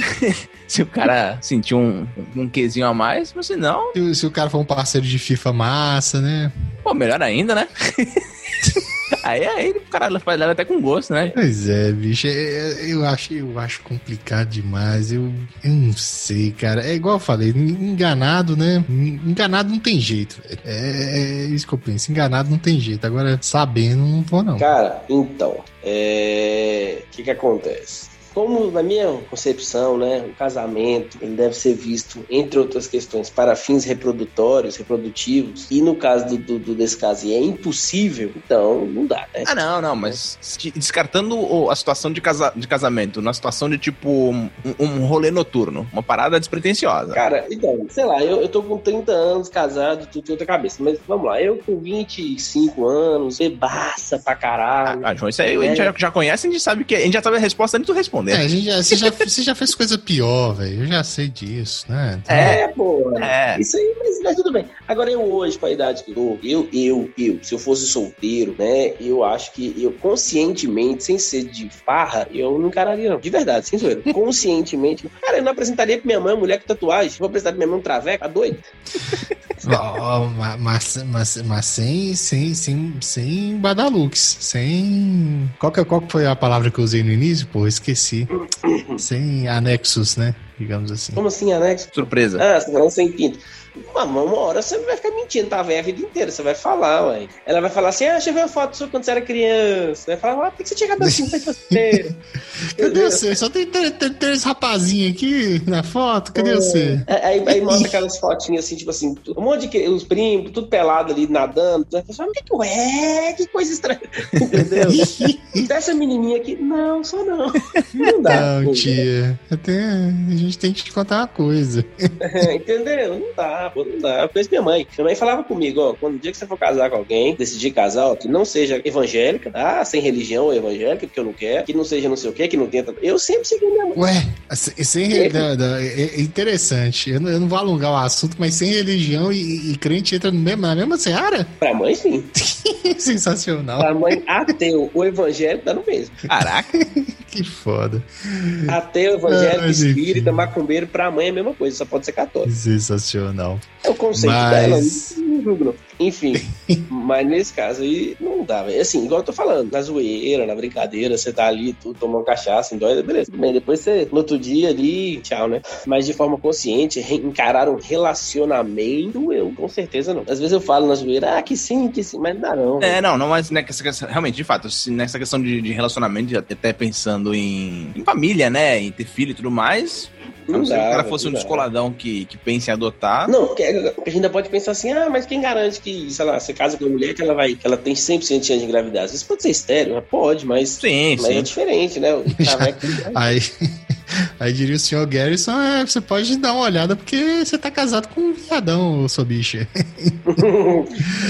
[SPEAKER 1] se o cara sentiu um, um quezinho a mais, mas se não,
[SPEAKER 2] Se, o- se o cara for um parceiro de FIFA massa, né?
[SPEAKER 1] pô, melhor ainda, né? aí, aí o cara faz- leva até com gosto, né?
[SPEAKER 2] Pois é, bicho. é- é- Eu acho, eu acho complicado demais. Eu, eu não sei, cara. É igual eu falei, en- enganado, né? En- Enganado não tem jeito. velho. É, é isso que eu penso. Enganado não tem jeito. Agora, sabendo, não vou, não.
[SPEAKER 3] Cara, então, é, o que que acontece? Como na minha concepção, né, o casamento ele deve ser visto, entre outras questões, para fins reprodutórios, reprodutivos, e no caso do, do, do desse caso e é impossível, então não dá, né?
[SPEAKER 1] Ah, não, não, mas se- descartando o- a situação de, casa, de casamento, na situação de tipo um, um rolê noturno, uma parada despretensiosa.
[SPEAKER 3] Cara, então, sei lá, eu, eu tô com 30 anos, casado, tudo em outra cabeça, mas vamos lá, eu com 25 anos, bebaça pra caralho.
[SPEAKER 1] Ah, João, isso aí a gente já, já conhece, a gente sabe que a gente já sabe a resposta antes de tu responder.
[SPEAKER 2] É, a gente já, você, já, você já fez coisa pior, velho. Eu já sei disso, né? Então,
[SPEAKER 3] É, pô.
[SPEAKER 1] É.
[SPEAKER 3] Isso aí, mas, mas tudo bem. Agora eu hoje, com a idade que eu tô, eu, eu, eu, se eu fosse solteiro, né, eu acho que eu conscientemente, sem ser de farra, eu não encararia não. De verdade, sem zoeira. Conscientemente, cara, eu não apresentaria pra minha mãe uma mulher com tatuagem. Vou apresentar pra minha mãe um traveco, tá doido?
[SPEAKER 2] ó, ó, ma- mas, mas, mas sem, sem, sem, sem badalux. Sem. Qual que, é- qual que foi a palavra que eu usei no início? Pô, esqueci. Sem anexos, né? Digamos assim.
[SPEAKER 3] Como assim, anexo?
[SPEAKER 1] Surpresa.
[SPEAKER 3] Ah, você tá falando sem pinto. Mas uma hora você vai ficar mentindo, tá velho a vida inteira, você vai falar, ué. Ela vai falar assim, ah, deixa eu ver uma foto sua quando você era criança. Vai falar, ah, por que você tinha cabelo assim, foi você?
[SPEAKER 2] Cadê você? Só tem três, tem três rapazinhos aqui na foto. Cadê você?
[SPEAKER 3] É, Aí, aí mostra aquelas fotinhas assim, tipo assim, um monte de cri- os primos, tudo pelado ali nadando. Tu vai falar, mas o que que é? Que coisa estranha. Entendeu? Dessa menininha aqui, não, só não. Não dá.
[SPEAKER 2] Não, tia. Eu tenho- a gente tem que te contar uma coisa.
[SPEAKER 3] Entendeu? Não dá, pô, não dá. Eu conheço minha mãe. Minha mãe falava comigo, ó, quando o dia que você for casar com alguém, decidir casar, ó, que não seja evangélica, tá? Sem religião ou evangélica, porque eu não quero, que não seja não sei o quê, que não tenta. Eu sempre segui minha mãe.
[SPEAKER 2] Ué, se- sem, re- não, não, é é interessante. Eu não, eu não vou alongar o assunto, mas sem religião e, e crente entra no mesmo, na mesma seara?
[SPEAKER 3] Pra mãe, sim.
[SPEAKER 2] Sensacional.
[SPEAKER 3] Pra mãe, ateu ou evangélico, dá no mesmo.
[SPEAKER 1] Caraca.
[SPEAKER 2] Que foda.
[SPEAKER 3] Ateu, evangélico,
[SPEAKER 2] Ai, gente.
[SPEAKER 3] espírita, macumbeiro, pra mãe é a mesma coisa, só pode ser católico.
[SPEAKER 2] Sensacional.
[SPEAKER 3] É o conceito dela.
[SPEAKER 2] Mas,
[SPEAKER 3] não julgo, não. Enfim, mas nesse caso aí não dá, velho. Assim, igual eu tô falando, na zoeira, na brincadeira, você tá ali, tu tomou cachaça, em dói, beleza. Tudo bem, depois você, no outro dia ali, tchau, né? Mas de forma consciente, re- encarar um relacionamento, eu com certeza não. Às vezes eu falo na zoeira, ah, que sim, que sim, mas não dá não.
[SPEAKER 1] É, não, não, mas né, que essa questão- realmente, de fato, se nessa questão de, de relacionamento, já até pensando em, em família, né? Em ter filho e tudo mais. a
[SPEAKER 3] Não
[SPEAKER 1] não ser que o cara
[SPEAKER 3] dá,
[SPEAKER 1] fosse
[SPEAKER 3] não
[SPEAKER 1] um
[SPEAKER 3] dá.
[SPEAKER 1] descoladão que, que pensa em adotar.
[SPEAKER 3] Ah, Não, porque a gente ainda pode pensar assim, ah, mas quem garante que, sei lá, você casa com uma mulher que ela vai, que ela tem 100% de chance de engravidar? Às vezes pode ser estéreo, mas pode, mas,
[SPEAKER 1] Sim,
[SPEAKER 3] mas é
[SPEAKER 1] sim.
[SPEAKER 3] diferente, né? O cara vai
[SPEAKER 2] Aí, aí diria o senhor Garrison, é, você pode dar uma olhada porque você tá casado com um viadão, ô, sua bicha.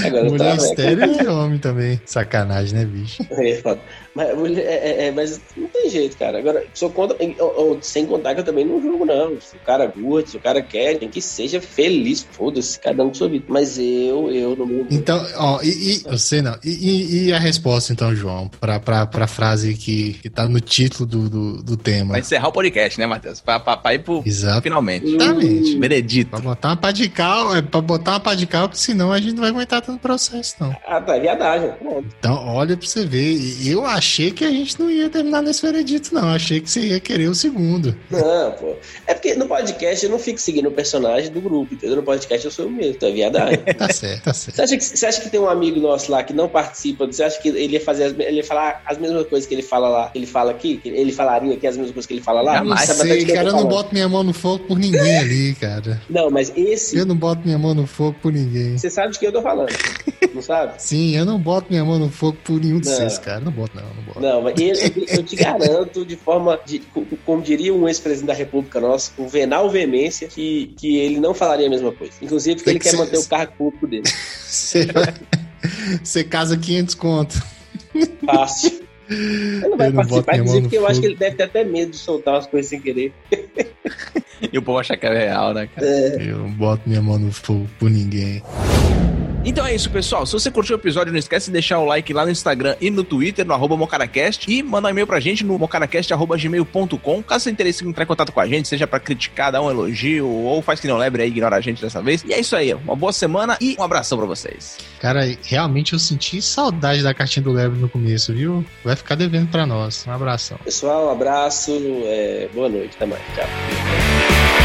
[SPEAKER 3] Agora eu
[SPEAKER 2] Mulher
[SPEAKER 3] tava, né?
[SPEAKER 2] estéreo e homem também. Sacanagem, né, bicho?
[SPEAKER 3] É, foda. mas, mulher- é, é, é, mas não tem jeito, cara. Agora, sou contra, eu- eu- sem contar que eu também não julgo, não. Se o cara curte, se o cara quer, tem que seja feliz, foda-se, cada um com sua vida. Mas eu, eu não mundo.
[SPEAKER 2] Então, ó, e, e- você não. E, e- e a resposta, então, João, pra, pra, pra frase que, que tá no título do, do, do tema.
[SPEAKER 1] Vai encerrar o podcast, né, Matheus? Pra, pra, pra ir pro.
[SPEAKER 2] Exato.
[SPEAKER 1] Finalmente.
[SPEAKER 3] Hum.
[SPEAKER 2] Exatamente.
[SPEAKER 1] Veredito.
[SPEAKER 2] Pra botar uma pá de cal, é pra botar uma pá de cal, porque senão a gente não vai aguentar tanto processo, não.
[SPEAKER 3] Ah, tá, viadagem. Pronto.
[SPEAKER 2] Então, olha pra você ver. E Eu achei que a gente não ia terminar nesse veredito, não. Achei que você ia querer o segundo.
[SPEAKER 3] Não, pô. É porque no podcast eu não fico seguindo o personagem do grupo, entendeu? No podcast eu sou eu mesmo, então é viadagem.
[SPEAKER 2] Tá certo, tá certo.
[SPEAKER 3] Você acha, que, você acha que tem um amigo nosso lá que não participa? Você acha que ele ia fazer as, me- ele ia falar as mesmas coisas que ele fala lá, que ele fala aqui? Que ele falaria aqui as mesmas coisas que ele fala lá?
[SPEAKER 2] Eu não
[SPEAKER 1] Jamais.
[SPEAKER 3] Ah, Sabe até de
[SPEAKER 2] sei,
[SPEAKER 3] quem
[SPEAKER 2] cara.
[SPEAKER 3] tô
[SPEAKER 2] Eu não
[SPEAKER 3] falando.
[SPEAKER 2] boto minha mão no fogo por ninguém ali, cara.
[SPEAKER 3] Não, mas esse
[SPEAKER 2] Eu não boto minha mão no fogo por ninguém.
[SPEAKER 3] Você sabe de quem eu tô falando, não sabe?
[SPEAKER 2] Sim, eu não boto minha mão no fogo por nenhum de
[SPEAKER 3] Não.
[SPEAKER 2] vocês, cara. Não boto, não, não boto.
[SPEAKER 3] Não, mas ele- ele- eu te garanto de forma, de- co- como diria um ex-presidente da República nosso, com venal veemência, que, que ele não falaria a mesma coisa. Inclusive porque
[SPEAKER 2] Tem
[SPEAKER 3] ele
[SPEAKER 2] que
[SPEAKER 3] quer
[SPEAKER 2] ser-
[SPEAKER 3] manter o cargo público dele.
[SPEAKER 2] Você, vai- você casa 500 conto.
[SPEAKER 3] Fácil. Ele não vai
[SPEAKER 2] Eu não boto
[SPEAKER 3] participar,
[SPEAKER 2] minha mão
[SPEAKER 3] inclusive
[SPEAKER 2] no
[SPEAKER 3] porque eu acho
[SPEAKER 2] fogo.
[SPEAKER 3] que ele deve ter até medo de soltar umas coisas sem querer.
[SPEAKER 1] E o povo acha que é real, né, cara?
[SPEAKER 3] É.
[SPEAKER 2] Eu não boto minha mão no fogo por ninguém.
[SPEAKER 1] Então é isso, pessoal. Se você curtiu o episódio, não esquece de deixar o like lá no Instagram e no Twitter, no arroba mocaracast, e mandar um e-mail pra gente no mocaracast.gmail.com. Caso você interesse em entrar em contato com a gente, seja pra criticar, dar um elogio, ou faz que não lebre aí, ignora a gente dessa vez. E é isso aí. Uma boa semana e um abração pra vocês.
[SPEAKER 2] Cara, realmente eu senti saudade da cartinha do Lebre no começo, viu? Vai ficar devendo pra nós. Um abração.
[SPEAKER 3] Pessoal, um abraço, é, boa noite, até mais, tchau.